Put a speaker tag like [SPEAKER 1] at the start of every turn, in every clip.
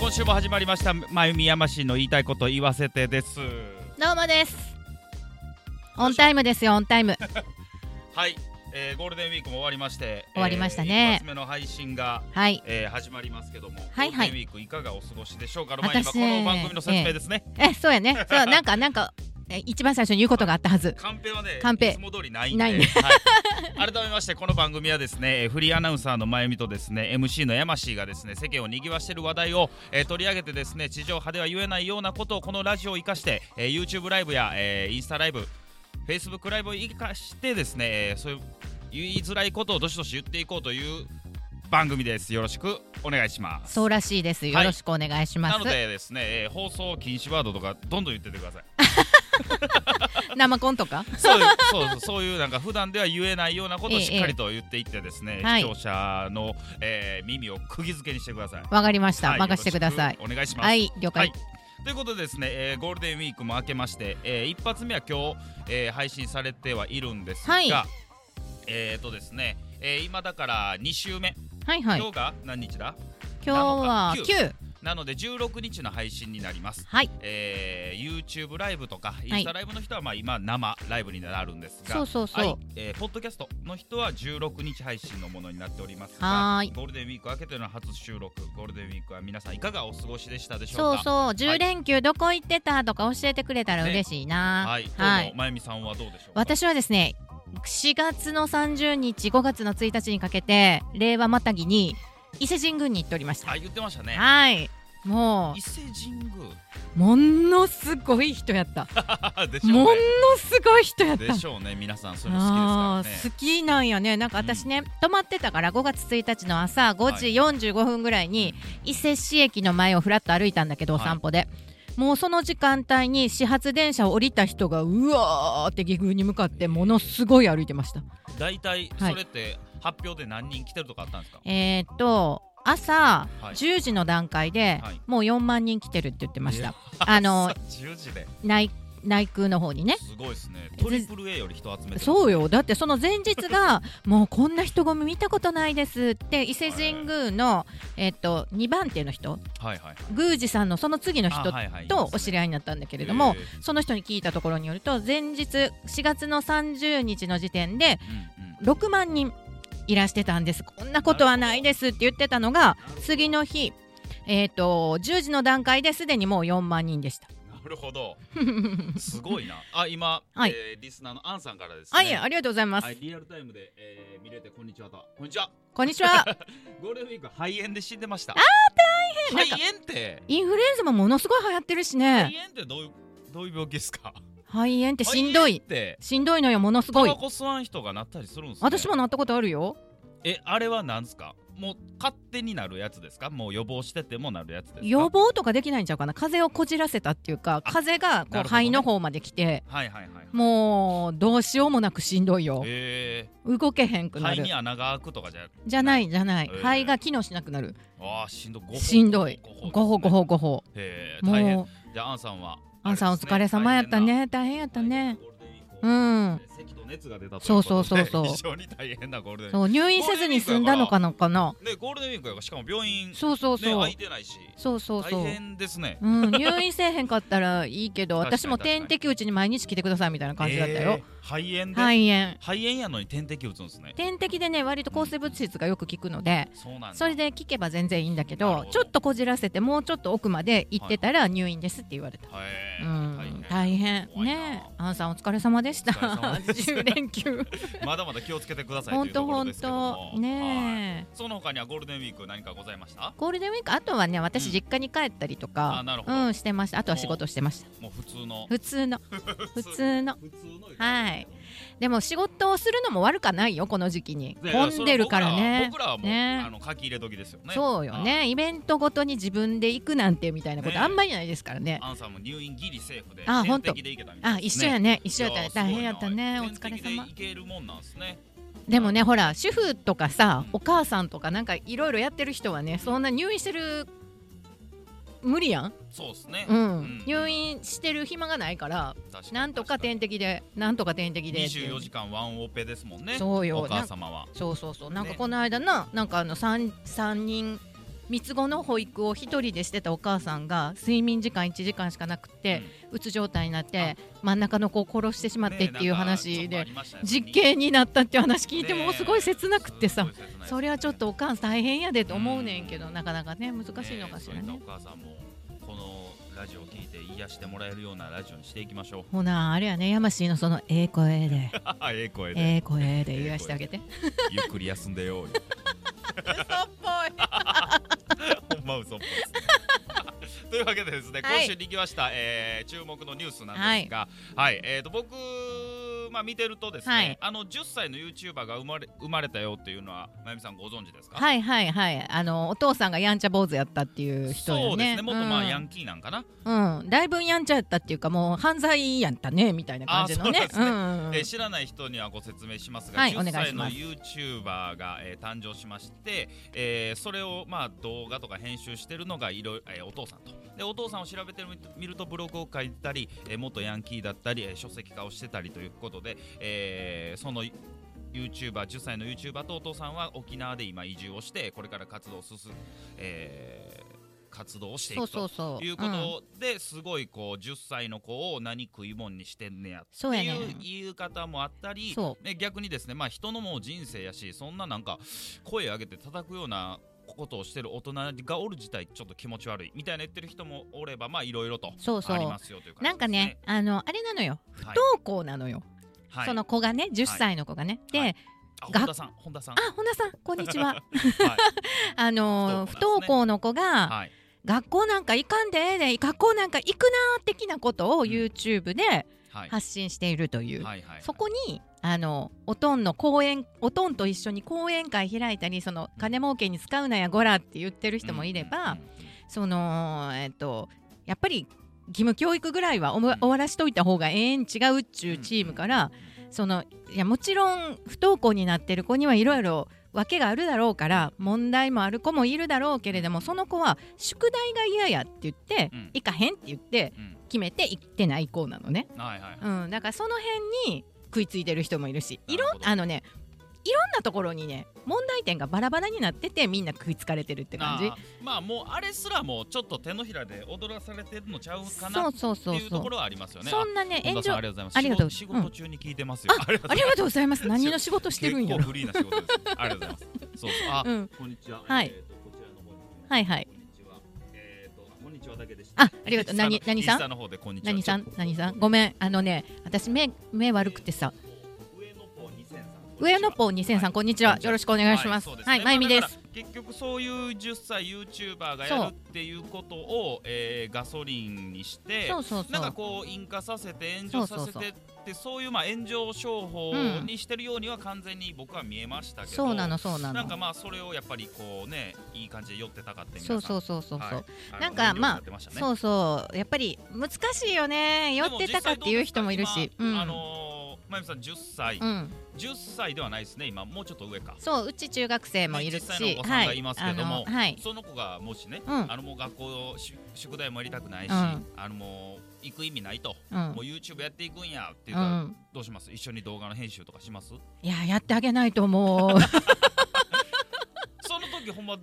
[SPEAKER 1] 今週も始まりましたまゆみやましの言いたいこと言わせてです
[SPEAKER 2] どうもです。オンタイムですよ、オンタイム。
[SPEAKER 1] はい、えー、ゴールデンウィークも終わりまして
[SPEAKER 2] 終わりましたね
[SPEAKER 1] えー一発目の配信が、
[SPEAKER 2] はい。
[SPEAKER 1] えー、始まりますけども、
[SPEAKER 2] はいはい
[SPEAKER 1] ゴールデンウィークいかがお過ごしでしょうかの前には
[SPEAKER 2] 私
[SPEAKER 1] この番組の説明ですね、
[SPEAKER 2] え、そうや ね。そう、なんか、なんか、え一番最初に言うことがあったはず。
[SPEAKER 1] カンペはね、
[SPEAKER 2] カンペ
[SPEAKER 1] いつも通りないんで。
[SPEAKER 2] ないんで
[SPEAKER 1] はい、改めまして、この番組はですね、えーフリーアナウンサーのまゆみとですね、MC の山氏がですね、世間を賑わしている話題を、えー取り上げてですね、地上波では言えないようなことをこのラジオを生かして、えー YouTube ライブや、えーインスタライブ、Facebook ライブを生かしてですね、えーそういう言いづらいことをどしどし言っていこうという番組です。よろしくお願いします。
[SPEAKER 2] そうらしいです。よろしくお願いしま
[SPEAKER 1] な
[SPEAKER 2] す。
[SPEAKER 1] のでですね、えー放送禁止ワードとかどんどん言ってってください。
[SPEAKER 2] 生コンとか。
[SPEAKER 1] そういうそうそうそういうなんか普段では言えないようなことをしっかりと言っていってですね、
[SPEAKER 2] ええはい
[SPEAKER 1] 視聴者の、えー耳を釘付けにしてください。
[SPEAKER 2] わかりました。
[SPEAKER 1] はい
[SPEAKER 2] 任せてください
[SPEAKER 1] よ。ろしくお願いします。
[SPEAKER 2] はい、了
[SPEAKER 1] はい
[SPEAKER 2] 解。
[SPEAKER 1] ということでですね、えーゴールデンウィークも明けまして、えー一発目は今日、えー配信されてはいるんですが、
[SPEAKER 2] はい
[SPEAKER 1] えっ、とですね、えー今だから2週目、
[SPEAKER 2] はいはい。
[SPEAKER 1] 今日が何日だ
[SPEAKER 2] 今日は
[SPEAKER 1] 七日
[SPEAKER 2] 九。
[SPEAKER 1] なので16日の配信になります。
[SPEAKER 2] はい。
[SPEAKER 1] えー YouTube ライブとかインスタライブの人はまあ今生ライブになるんですが、
[SPEAKER 2] そうそうそ。
[SPEAKER 1] はいうえーポッドキャストの人は16日配信のものになっておりますが
[SPEAKER 2] はーい。
[SPEAKER 1] ゴールデンウィーク明けての初収録ゴールデンウィークは皆さんいかがお過ごしでしたでしょ
[SPEAKER 2] そうう
[SPEAKER 1] か
[SPEAKER 2] そう、十連休どこ行ってたとか教えてくれたら嬉しいな。
[SPEAKER 1] はい、どうもまゆみさんはどうでしょうか
[SPEAKER 2] 私はですね4月の30日5月の1日にかけて令和またぎに伊勢神宮に行っておりましたは
[SPEAKER 1] はい言ってました
[SPEAKER 2] い
[SPEAKER 1] ね
[SPEAKER 2] も
[SPEAKER 1] 伊勢神宮
[SPEAKER 2] うものすごい人やった
[SPEAKER 1] でしょ
[SPEAKER 2] も
[SPEAKER 1] う
[SPEAKER 2] のすごい人やっ
[SPEAKER 1] ね
[SPEAKER 2] た
[SPEAKER 1] でしょうね皆さんそれ
[SPEAKER 2] あ
[SPEAKER 1] 好きです
[SPEAKER 2] ー
[SPEAKER 1] か
[SPEAKER 2] 好きなんやねなんか私ね、泊まってたから5月1日の朝5時45分ぐらい
[SPEAKER 1] らね
[SPEAKER 2] に、伊勢市駅の前をふらっと歩いたんだけどお
[SPEAKER 1] はい
[SPEAKER 2] 散歩で、もうその時間帯に始発電車を降りた人がうわーって岐阜に向かってものすごい歩いてました
[SPEAKER 1] 大体
[SPEAKER 2] はい
[SPEAKER 1] それって発表で何人来てるとかあったんですか
[SPEAKER 2] えーっと朝
[SPEAKER 1] はい
[SPEAKER 2] 10時の段階で、
[SPEAKER 1] はい
[SPEAKER 2] もう4万人来てるって言ってま
[SPEAKER 1] い
[SPEAKER 2] した
[SPEAKER 1] や。
[SPEAKER 2] あの
[SPEAKER 1] 朝10時で
[SPEAKER 2] 内内宮の方にね。
[SPEAKER 1] すごいですねトリプル A より人集めてる
[SPEAKER 2] そうよだってその前日が もうこんな人混み見たことないですって伊勢神宮の、えっと2番手の人
[SPEAKER 1] はいはい
[SPEAKER 2] 宮司さんのその次の
[SPEAKER 1] あ
[SPEAKER 2] 人
[SPEAKER 1] はいはい
[SPEAKER 2] とお知り
[SPEAKER 1] 合い
[SPEAKER 2] 合いになったんだけ
[SPEAKER 1] け
[SPEAKER 2] れども、その人に聞いたところによると前日4月の30日の時点で
[SPEAKER 1] うんうん
[SPEAKER 2] 6万人いらしてたんですこんなことはないですって言ってたのが次の日、えー、と10時の段階ですでにもう4万人でした。
[SPEAKER 1] なるほ ど。すごいな。あ、今、
[SPEAKER 2] はい
[SPEAKER 1] えーリスナーのアンさんからですね。
[SPEAKER 2] あいえありがとうございます、
[SPEAKER 1] はい、リアルタイムで、えー見れてこんにちはと。こんにちは。
[SPEAKER 2] こんにちは
[SPEAKER 1] ゴールデンウィーク肺炎で死んでました。あ
[SPEAKER 2] 変なんか
[SPEAKER 1] 肺炎って、
[SPEAKER 2] インフルエンザもものすごい流行ってるしね
[SPEAKER 1] 肺炎ってどういうどういう病気ですか。
[SPEAKER 2] 肺炎ってしんど
[SPEAKER 1] 肺
[SPEAKER 2] い
[SPEAKER 1] 炎って。
[SPEAKER 2] しんどいのよものす
[SPEAKER 1] タ
[SPEAKER 2] ごい
[SPEAKER 1] バコ吸わん人がなったりするんです、ね。
[SPEAKER 2] 私も。なったことあるよ
[SPEAKER 1] え、あれはなんですか。もう勝手になるやつですか。もう予防しててもなるやつですか。
[SPEAKER 2] 予防とかできないんちゃうかな風邪をこじらせたっていうか風邪がこ
[SPEAKER 1] なるほど
[SPEAKER 2] う
[SPEAKER 1] ね
[SPEAKER 2] 肺の方まで来て
[SPEAKER 1] はいはいはい。
[SPEAKER 2] もうどうしようもなくしんどいよ
[SPEAKER 1] え
[SPEAKER 2] 動けへん
[SPEAKER 1] ー、
[SPEAKER 2] くな
[SPEAKER 1] 肺
[SPEAKER 2] る
[SPEAKER 1] に穴が開くとかじゃ。
[SPEAKER 2] じゃないじゃない
[SPEAKER 1] えー
[SPEAKER 2] 肺が機能しなくなる
[SPEAKER 1] ああ、しんど。ごほ
[SPEAKER 2] しんどいごほご。
[SPEAKER 1] ですね
[SPEAKER 2] ほごほ
[SPEAKER 1] えー、大変
[SPEAKER 2] もう
[SPEAKER 1] じゃあアンさんは
[SPEAKER 2] アンさんお疲れ様やったね大変やったねう
[SPEAKER 1] うん
[SPEAKER 2] ん
[SPEAKER 1] 咳と熱が出たということで
[SPEAKER 2] そうそうそうそう
[SPEAKER 1] 非常に大変なゴールデンウィー
[SPEAKER 2] そう入院せずに済んだのかなかな
[SPEAKER 1] クねゴールデンウィークやからしかも病院ね
[SPEAKER 2] そうそうそう
[SPEAKER 1] 空いてないし
[SPEAKER 2] そうそうそ
[SPEAKER 1] 大
[SPEAKER 2] う
[SPEAKER 1] 変ですね
[SPEAKER 2] うん入院せえへんかったらいいけど
[SPEAKER 1] 確かに
[SPEAKER 2] 私も点滴打ちに毎日来てくださいみたいな感じだったよ
[SPEAKER 1] えー肺炎で
[SPEAKER 2] 肺炎
[SPEAKER 1] 肺炎やのに点滴打つんですね
[SPEAKER 2] 点滴でね割と抗生物質がよく効くので
[SPEAKER 1] そうなんだ
[SPEAKER 2] それで効けば全然いいんだけ
[SPEAKER 1] なるほ
[SPEAKER 2] ど
[SPEAKER 1] ど
[SPEAKER 2] ちょっとこじらせてもうちょっと奥まで行ってたら入院ですって言われた
[SPEAKER 1] へ
[SPEAKER 2] う
[SPEAKER 1] ー
[SPEAKER 2] ん
[SPEAKER 1] 大
[SPEAKER 2] 大変
[SPEAKER 1] 怖いな
[SPEAKER 2] ねアンさんお疲れ様でした
[SPEAKER 1] お疲れ様です
[SPEAKER 2] 10 連休
[SPEAKER 1] 変まだまだ気をつけてくださいと
[SPEAKER 2] 本
[SPEAKER 1] いうと
[SPEAKER 2] 当
[SPEAKER 1] ころ
[SPEAKER 2] 本
[SPEAKER 1] ですけども
[SPEAKER 2] 当
[SPEAKER 1] はい
[SPEAKER 2] ねえ
[SPEAKER 1] その他にはゴールデンウィーク何かございました
[SPEAKER 2] ゴールデンウィークあとはね
[SPEAKER 1] う
[SPEAKER 2] 私
[SPEAKER 1] ん
[SPEAKER 2] 実家に帰ったりと
[SPEAKER 1] あ
[SPEAKER 2] か
[SPEAKER 1] なるほ
[SPEAKER 2] う
[SPEAKER 1] ど
[SPEAKER 2] ん、してましたあとは仕事してました
[SPEAKER 1] もう普通の
[SPEAKER 2] 普通の普通の
[SPEAKER 1] 普通の
[SPEAKER 2] はいでも仕事をするのも悪かないよこの時期に
[SPEAKER 1] ね
[SPEAKER 2] 混んでるからね
[SPEAKER 1] 僕らは僕らはもう、
[SPEAKER 2] ね
[SPEAKER 1] あの書き入れ時ですよね。
[SPEAKER 2] そうよねイベントごとに自分で行くなんてみたいなこと
[SPEAKER 1] ね
[SPEAKER 2] あんまりないですからね
[SPEAKER 1] あ。アンさんも入院ギリセーフで、
[SPEAKER 2] あ
[SPEAKER 1] 点
[SPEAKER 2] ほんと
[SPEAKER 1] 滴で行けたみたい
[SPEAKER 2] あ
[SPEAKER 1] です
[SPEAKER 2] 一緒やね一緒やっ
[SPEAKER 1] いす
[SPEAKER 2] た
[SPEAKER 1] ごいな
[SPEAKER 2] 大変やったねお
[SPEAKER 1] 点
[SPEAKER 2] 疲れ
[SPEAKER 1] 滴
[SPEAKER 2] 様
[SPEAKER 1] で行けるもんなんですね。
[SPEAKER 2] でもねほら主婦とかさ
[SPEAKER 1] うん
[SPEAKER 2] お母さんとかなんかいろいろやってる人はねそんな入院してる無理やん、
[SPEAKER 1] そうですね。
[SPEAKER 2] うん
[SPEAKER 1] うん
[SPEAKER 2] 入院してる暇がないから
[SPEAKER 1] 確に
[SPEAKER 2] なんとか点滴でなんとか点滴で
[SPEAKER 1] 二
[SPEAKER 2] って
[SPEAKER 1] 十
[SPEAKER 2] いう
[SPEAKER 1] 四時間ワンオペですもんね。
[SPEAKER 2] そうよ
[SPEAKER 1] お母
[SPEAKER 2] なんか
[SPEAKER 1] 様は。
[SPEAKER 2] そうそうそうなんか
[SPEAKER 1] ね
[SPEAKER 2] この間ななんかあの 3, 三人三つ子の保育を一人でしてたお母さんが睡眠時間1時間しかなくて、うつ状態になって真ん中の子を殺してしまってっていう話で実刑になったっていう話聞いてもすごい切なくってさ、それはちょっとお母さん大変やでと思うねんけど、なかなかね難しいのかしらね。
[SPEAKER 1] お母さんもこのラジオを聞いて癒してもらえるようなラジオにしていきましょう。
[SPEAKER 2] ほなあれやねやましいのそのええ声で
[SPEAKER 1] ええ声
[SPEAKER 2] え
[SPEAKER 1] で
[SPEAKER 2] え声で癒してあげて。
[SPEAKER 1] ゆっくり休んでよ。
[SPEAKER 2] 嘘っぽい。
[SPEAKER 1] ほんま嘘っぽいですね というわけでですね、
[SPEAKER 2] はい
[SPEAKER 1] 今週に行きました、えー注目のニュースなんですが、はい、えーと僕まあ見てるとですね、
[SPEAKER 2] はい
[SPEAKER 1] あの10歳のユーチューバーが生まれ生まれたよっていうのはまゆみさんご存知ですか？い。
[SPEAKER 2] はいはいはいあのお父さんがやんちゃ坊主やったっていう人
[SPEAKER 1] そう
[SPEAKER 2] よ
[SPEAKER 1] です
[SPEAKER 2] ね
[SPEAKER 1] ね。元まあ
[SPEAKER 2] うん
[SPEAKER 1] ヤンキーなんかな。
[SPEAKER 2] うん、だいぶやんちゃやったっていうかもう犯罪やったねみたいな感じのね
[SPEAKER 1] あ。そう
[SPEAKER 2] う
[SPEAKER 1] なん
[SPEAKER 2] うん
[SPEAKER 1] えー知らない人にはご説明しますが、
[SPEAKER 2] はいお願
[SPEAKER 1] 10
[SPEAKER 2] いし
[SPEAKER 1] 歳の
[SPEAKER 2] ます
[SPEAKER 1] ユーチューバーが、えー誕生しまして、えーそれをまあ動画とか編集してるのがいろいえーお父さんとでお父さんを調べてみ見るとブログを書いたり、えー元ヤンキーだったり、えー書籍化をしてたりということで、えーその YouTuber10 歳の YouTuber とお父さんは沖縄で今移住をしてこれから活動を進む、えー活動をしてい
[SPEAKER 2] そう
[SPEAKER 1] く
[SPEAKER 2] そ
[SPEAKER 1] と
[SPEAKER 2] うそう。
[SPEAKER 1] いう
[SPEAKER 2] うん
[SPEAKER 1] ことですごいこう10歳の子を何食いもんにしてんねやって
[SPEAKER 2] そうやねん
[SPEAKER 1] いう言い方もあったり、
[SPEAKER 2] そ
[SPEAKER 1] ね、逆にですね、まあ、人のもう人生やしそんななんか声上げて叩くようなことをしてる大人がおる自体ちょっと気持ち悪いみたいな言ってる人もおればまあいろいろと
[SPEAKER 2] そうそう
[SPEAKER 1] ありますよという
[SPEAKER 2] なんか
[SPEAKER 1] 感じです
[SPEAKER 2] ね
[SPEAKER 1] ね。
[SPEAKER 2] あのあれなのよ不
[SPEAKER 1] はい
[SPEAKER 2] 登校なのよ、
[SPEAKER 1] はい
[SPEAKER 2] その子がね10
[SPEAKER 1] はい
[SPEAKER 2] 歳の子がね、で、
[SPEAKER 1] はいあ本田さん本田さん
[SPEAKER 2] あ本田さんこんにちは
[SPEAKER 1] はい
[SPEAKER 2] あの
[SPEAKER 1] 不
[SPEAKER 2] 不
[SPEAKER 1] 登
[SPEAKER 2] 登
[SPEAKER 1] 校
[SPEAKER 2] 校の子が、
[SPEAKER 1] はい
[SPEAKER 2] 学校なんか行かんでええで学校なんか行くなー的なことを
[SPEAKER 1] ん
[SPEAKER 2] YouTube で
[SPEAKER 1] はい
[SPEAKER 2] 発信しているという、
[SPEAKER 1] はいはい
[SPEAKER 2] そこにあのおとんの講演おとんと一緒に講演会開いたりその金儲けに使うなやゴラって言ってる人もいれば、
[SPEAKER 1] うんうんうん
[SPEAKER 2] そのえっとやっぱり義務教育ぐらいはお
[SPEAKER 1] う
[SPEAKER 2] も
[SPEAKER 1] ん
[SPEAKER 2] 終わらしといた方がええん違うっちゅうチームから、そのいやもちろん不登校になってる子にはいろいろ訳があるだろうから問題もある子もいるだろうけれどもその子は宿題が嫌やって言って、
[SPEAKER 1] うん
[SPEAKER 2] 行かへんって言って
[SPEAKER 1] うん
[SPEAKER 2] 決めて行ってない子なのね、
[SPEAKER 1] うんはいはい
[SPEAKER 2] うん、だからその辺に食いついてる人もいるしい
[SPEAKER 1] な
[SPEAKER 2] ろ
[SPEAKER 1] るほ
[SPEAKER 2] ん
[SPEAKER 1] ど
[SPEAKER 2] あのねいろんなところにね問題点がバラバラになっててみんな食いつかれてるって感じ
[SPEAKER 1] あ。ーまあもうあれすらもうちょっと手のひらで踊らされてるのちゃうか
[SPEAKER 2] そ
[SPEAKER 1] なっ
[SPEAKER 2] うそう
[SPEAKER 1] て
[SPEAKER 2] そう
[SPEAKER 1] いう
[SPEAKER 2] そ
[SPEAKER 1] と
[SPEAKER 2] う
[SPEAKER 1] ころはありますよね。
[SPEAKER 2] そんなね
[SPEAKER 1] あ本田
[SPEAKER 2] 炎
[SPEAKER 1] さんあ
[SPEAKER 2] 上
[SPEAKER 1] りがとうございます。
[SPEAKER 2] ありがとう
[SPEAKER 1] 仕
[SPEAKER 2] う
[SPEAKER 1] 事
[SPEAKER 2] ん
[SPEAKER 1] 中に聞いてますよ。ありがとう
[SPEAKER 2] ありがとうござい ます。何の仕事してるんや
[SPEAKER 1] 結
[SPEAKER 2] ろ
[SPEAKER 1] 構。フリーな仕事です。ありがとうございます。そうそう。あ、
[SPEAKER 2] うん、
[SPEAKER 1] こんにちは。
[SPEAKER 2] はい
[SPEAKER 1] えーとこちらの方に
[SPEAKER 2] はいはい
[SPEAKER 1] こんにちは。えーとあこんにちはだけでした。
[SPEAKER 2] あ、ありがとう。何何さ
[SPEAKER 1] インスタ
[SPEAKER 2] ん？
[SPEAKER 1] の方でこんにちは。
[SPEAKER 2] 何さん
[SPEAKER 1] ちょっ？と
[SPEAKER 2] 何さん？ごめん。あのね、私目目悪くてさ。。
[SPEAKER 1] 上野ポ2000さん。
[SPEAKER 2] 上野ポ2000さん、こんにちは。よろしくお願いします。
[SPEAKER 1] そう
[SPEAKER 2] はい、まゆみで。
[SPEAKER 1] まあ
[SPEAKER 2] す。
[SPEAKER 1] だから結局そういう10歳ユーチューバーがやるっていうことを、えーガソリンにして、
[SPEAKER 2] そうそうそ
[SPEAKER 1] なんか
[SPEAKER 2] う。
[SPEAKER 1] こう引火させて炎上させて
[SPEAKER 2] そうそうそう
[SPEAKER 1] ってそういうまあ炎上商法にしてるようには完全に僕は見えましたけど、
[SPEAKER 2] そうなのそうな
[SPEAKER 1] なんか
[SPEAKER 2] の。
[SPEAKER 1] まあそれをやっぱりこうねいい感じで酔ってたかって皆さ
[SPEAKER 2] そ
[SPEAKER 1] ん
[SPEAKER 2] うそうそうそう
[SPEAKER 1] はい
[SPEAKER 2] そう。
[SPEAKER 1] あの
[SPEAKER 2] なんかまあ
[SPEAKER 1] 飲料になってしたね
[SPEAKER 2] そうそう。やっぱり難しいよね。
[SPEAKER 1] で
[SPEAKER 2] 寄
[SPEAKER 1] も
[SPEAKER 2] ってたかっていう人もいる
[SPEAKER 1] 実際。どう
[SPEAKER 2] しう
[SPEAKER 1] ですか今あ
[SPEAKER 2] ん。
[SPEAKER 1] のー、まゆみさん10歳、
[SPEAKER 2] うん。
[SPEAKER 1] 10歳ではないですね今もうちょっと上か
[SPEAKER 2] そう、うち中学生もいる
[SPEAKER 1] ね
[SPEAKER 2] し、
[SPEAKER 1] 実際のお子さんがいますけども
[SPEAKER 2] はいあのはい。
[SPEAKER 1] その子がもしね、
[SPEAKER 2] うん
[SPEAKER 1] あのもう学校をし宿題もやりたくないし、
[SPEAKER 2] うん
[SPEAKER 1] あのもう行く意味ないと、
[SPEAKER 2] うん
[SPEAKER 1] もう YouTube やっていくんやっていう
[SPEAKER 2] う
[SPEAKER 1] から、
[SPEAKER 2] ん。
[SPEAKER 1] どうします一緒に動画の編集とかします
[SPEAKER 2] いや、やってあげない と思う。
[SPEAKER 1] その時ほんま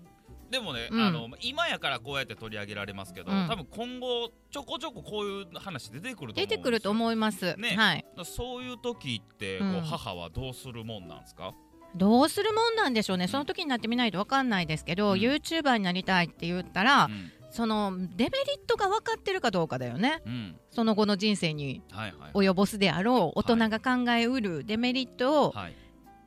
[SPEAKER 1] でもね、
[SPEAKER 2] うん
[SPEAKER 1] あの今やからこうやって取り上げられますけど、
[SPEAKER 2] うん
[SPEAKER 1] 多分今後ちょこちょここういう話出てくると思う
[SPEAKER 2] 出てくると思います。
[SPEAKER 1] ね
[SPEAKER 2] はい。
[SPEAKER 1] うそういう時ってこう、
[SPEAKER 2] うん
[SPEAKER 1] 母はどうするもんなんですか
[SPEAKER 2] どうするもんなんでしょうね、その時になってみないと分かんないですけど、
[SPEAKER 1] うん
[SPEAKER 2] YouTuber になりたいって言ったら、
[SPEAKER 1] うん
[SPEAKER 2] そのデメリットが分かってるかどうかだよね、
[SPEAKER 1] うん
[SPEAKER 2] その後の人生に
[SPEAKER 1] はいはい
[SPEAKER 2] 及ぼすであろう、大人が考えうるデメリットを
[SPEAKER 1] はい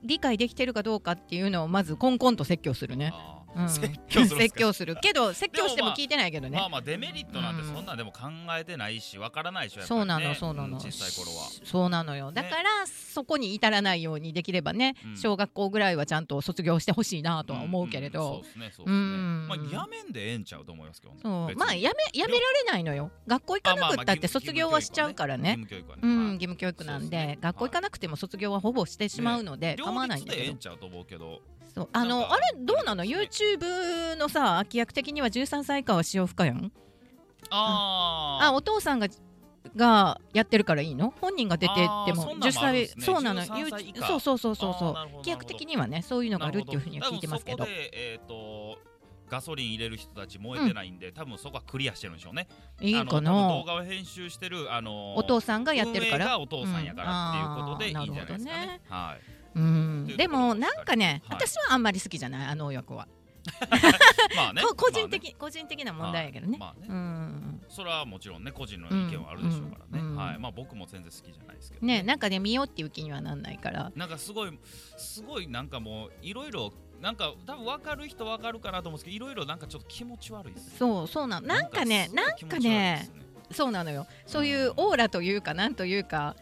[SPEAKER 2] 理解できてるかどうかっていうのを、まずこんこんと説教するね。
[SPEAKER 1] あ
[SPEAKER 2] う
[SPEAKER 1] ー
[SPEAKER 2] ん
[SPEAKER 1] 説教するんです
[SPEAKER 2] 説
[SPEAKER 1] か
[SPEAKER 2] 教するけど説教しても聞いてないけどね、
[SPEAKER 1] まあまあデメリットなんて
[SPEAKER 2] うん
[SPEAKER 1] そんなんでも考えてないしわからないでしょやっぱ
[SPEAKER 2] そ
[SPEAKER 1] り
[SPEAKER 2] う
[SPEAKER 1] ね
[SPEAKER 2] なのそうなの、
[SPEAKER 1] ん小さい頃は
[SPEAKER 2] そうなのよだから、そこに至らないようにできればね、
[SPEAKER 1] うん
[SPEAKER 2] 小学校ぐらいはちゃんと卒業してほしいなとは思うけれど、
[SPEAKER 1] んんそうですねそうですね
[SPEAKER 2] うん
[SPEAKER 1] まあやめんでええんちゃうと思いますけどね
[SPEAKER 2] そう
[SPEAKER 1] 別に
[SPEAKER 2] まあやめやめられないのよ学校行かなくったって卒業はしちゃうからね
[SPEAKER 1] 義務教育はね
[SPEAKER 2] う
[SPEAKER 1] は
[SPEAKER 2] ん
[SPEAKER 1] い
[SPEAKER 2] 義務教育なんで
[SPEAKER 1] そうですね
[SPEAKER 2] 学校行かなくても卒業はほぼしてしまうので、構わないんだ
[SPEAKER 1] 両立でえ
[SPEAKER 2] け
[SPEAKER 1] え
[SPEAKER 2] ど
[SPEAKER 1] んちゃうと思うけど
[SPEAKER 2] そうあ
[SPEAKER 1] なん
[SPEAKER 2] の
[SPEAKER 1] か
[SPEAKER 2] あれどうなの
[SPEAKER 1] あります
[SPEAKER 2] YouTube のさ規約的には13歳以下は使用不可やん
[SPEAKER 1] あー
[SPEAKER 2] あお父さんががやってるからいいの本人が出てって
[SPEAKER 1] あーそ
[SPEAKER 2] も
[SPEAKER 1] んなん
[SPEAKER 2] 10
[SPEAKER 1] もあるんで
[SPEAKER 2] 歳
[SPEAKER 1] すね
[SPEAKER 2] そうなの
[SPEAKER 1] 13歳以下
[SPEAKER 2] そうそうそうそう
[SPEAKER 1] あー
[SPEAKER 2] そ
[SPEAKER 1] な
[SPEAKER 2] う
[SPEAKER 1] るほど
[SPEAKER 2] 規約的にはねそういうのがあるっていうふうには聞いてますけど
[SPEAKER 1] なるほど多分そこでえっとガソリン入れる人たち燃えてないんで、多分そこはクリアしてるんでしょうね。
[SPEAKER 2] いいか
[SPEAKER 1] あの多分動
[SPEAKER 2] な
[SPEAKER 1] 画を編集してる、あのー
[SPEAKER 2] お父さんがやってるか
[SPEAKER 1] 運営
[SPEAKER 2] ら
[SPEAKER 1] がお父さんやからっていうことでいいんじゃないですかね。
[SPEAKER 2] うんあーなるほどね
[SPEAKER 1] はい。
[SPEAKER 2] うんでもなんかね、
[SPEAKER 1] はい
[SPEAKER 2] 私はあんまり好きじゃないあの親子は、
[SPEAKER 1] まあね。
[SPEAKER 2] こ個人
[SPEAKER 1] まあね
[SPEAKER 2] 的、個人的な問題やけどね,、
[SPEAKER 1] まあね
[SPEAKER 2] うん
[SPEAKER 1] それはもちろんね個人の意見はあるでしょうからね、
[SPEAKER 2] うんうん
[SPEAKER 1] はいまあ僕も全然好きじゃないですけど
[SPEAKER 2] ねなんかね見ようっていう気にはなんないから
[SPEAKER 1] なんかすごいすごいなんかもういろいろなんか多分分かる人分かるかなと思うんですけどいろいろなんかちょっと気持ち悪いです
[SPEAKER 2] そうそうなんなんかね
[SPEAKER 1] すごい
[SPEAKER 2] なん
[SPEAKER 1] 気
[SPEAKER 2] か
[SPEAKER 1] 持ち悪いで
[SPEAKER 2] ね
[SPEAKER 1] すね
[SPEAKER 2] そうなのよそういうオーラというかなんというか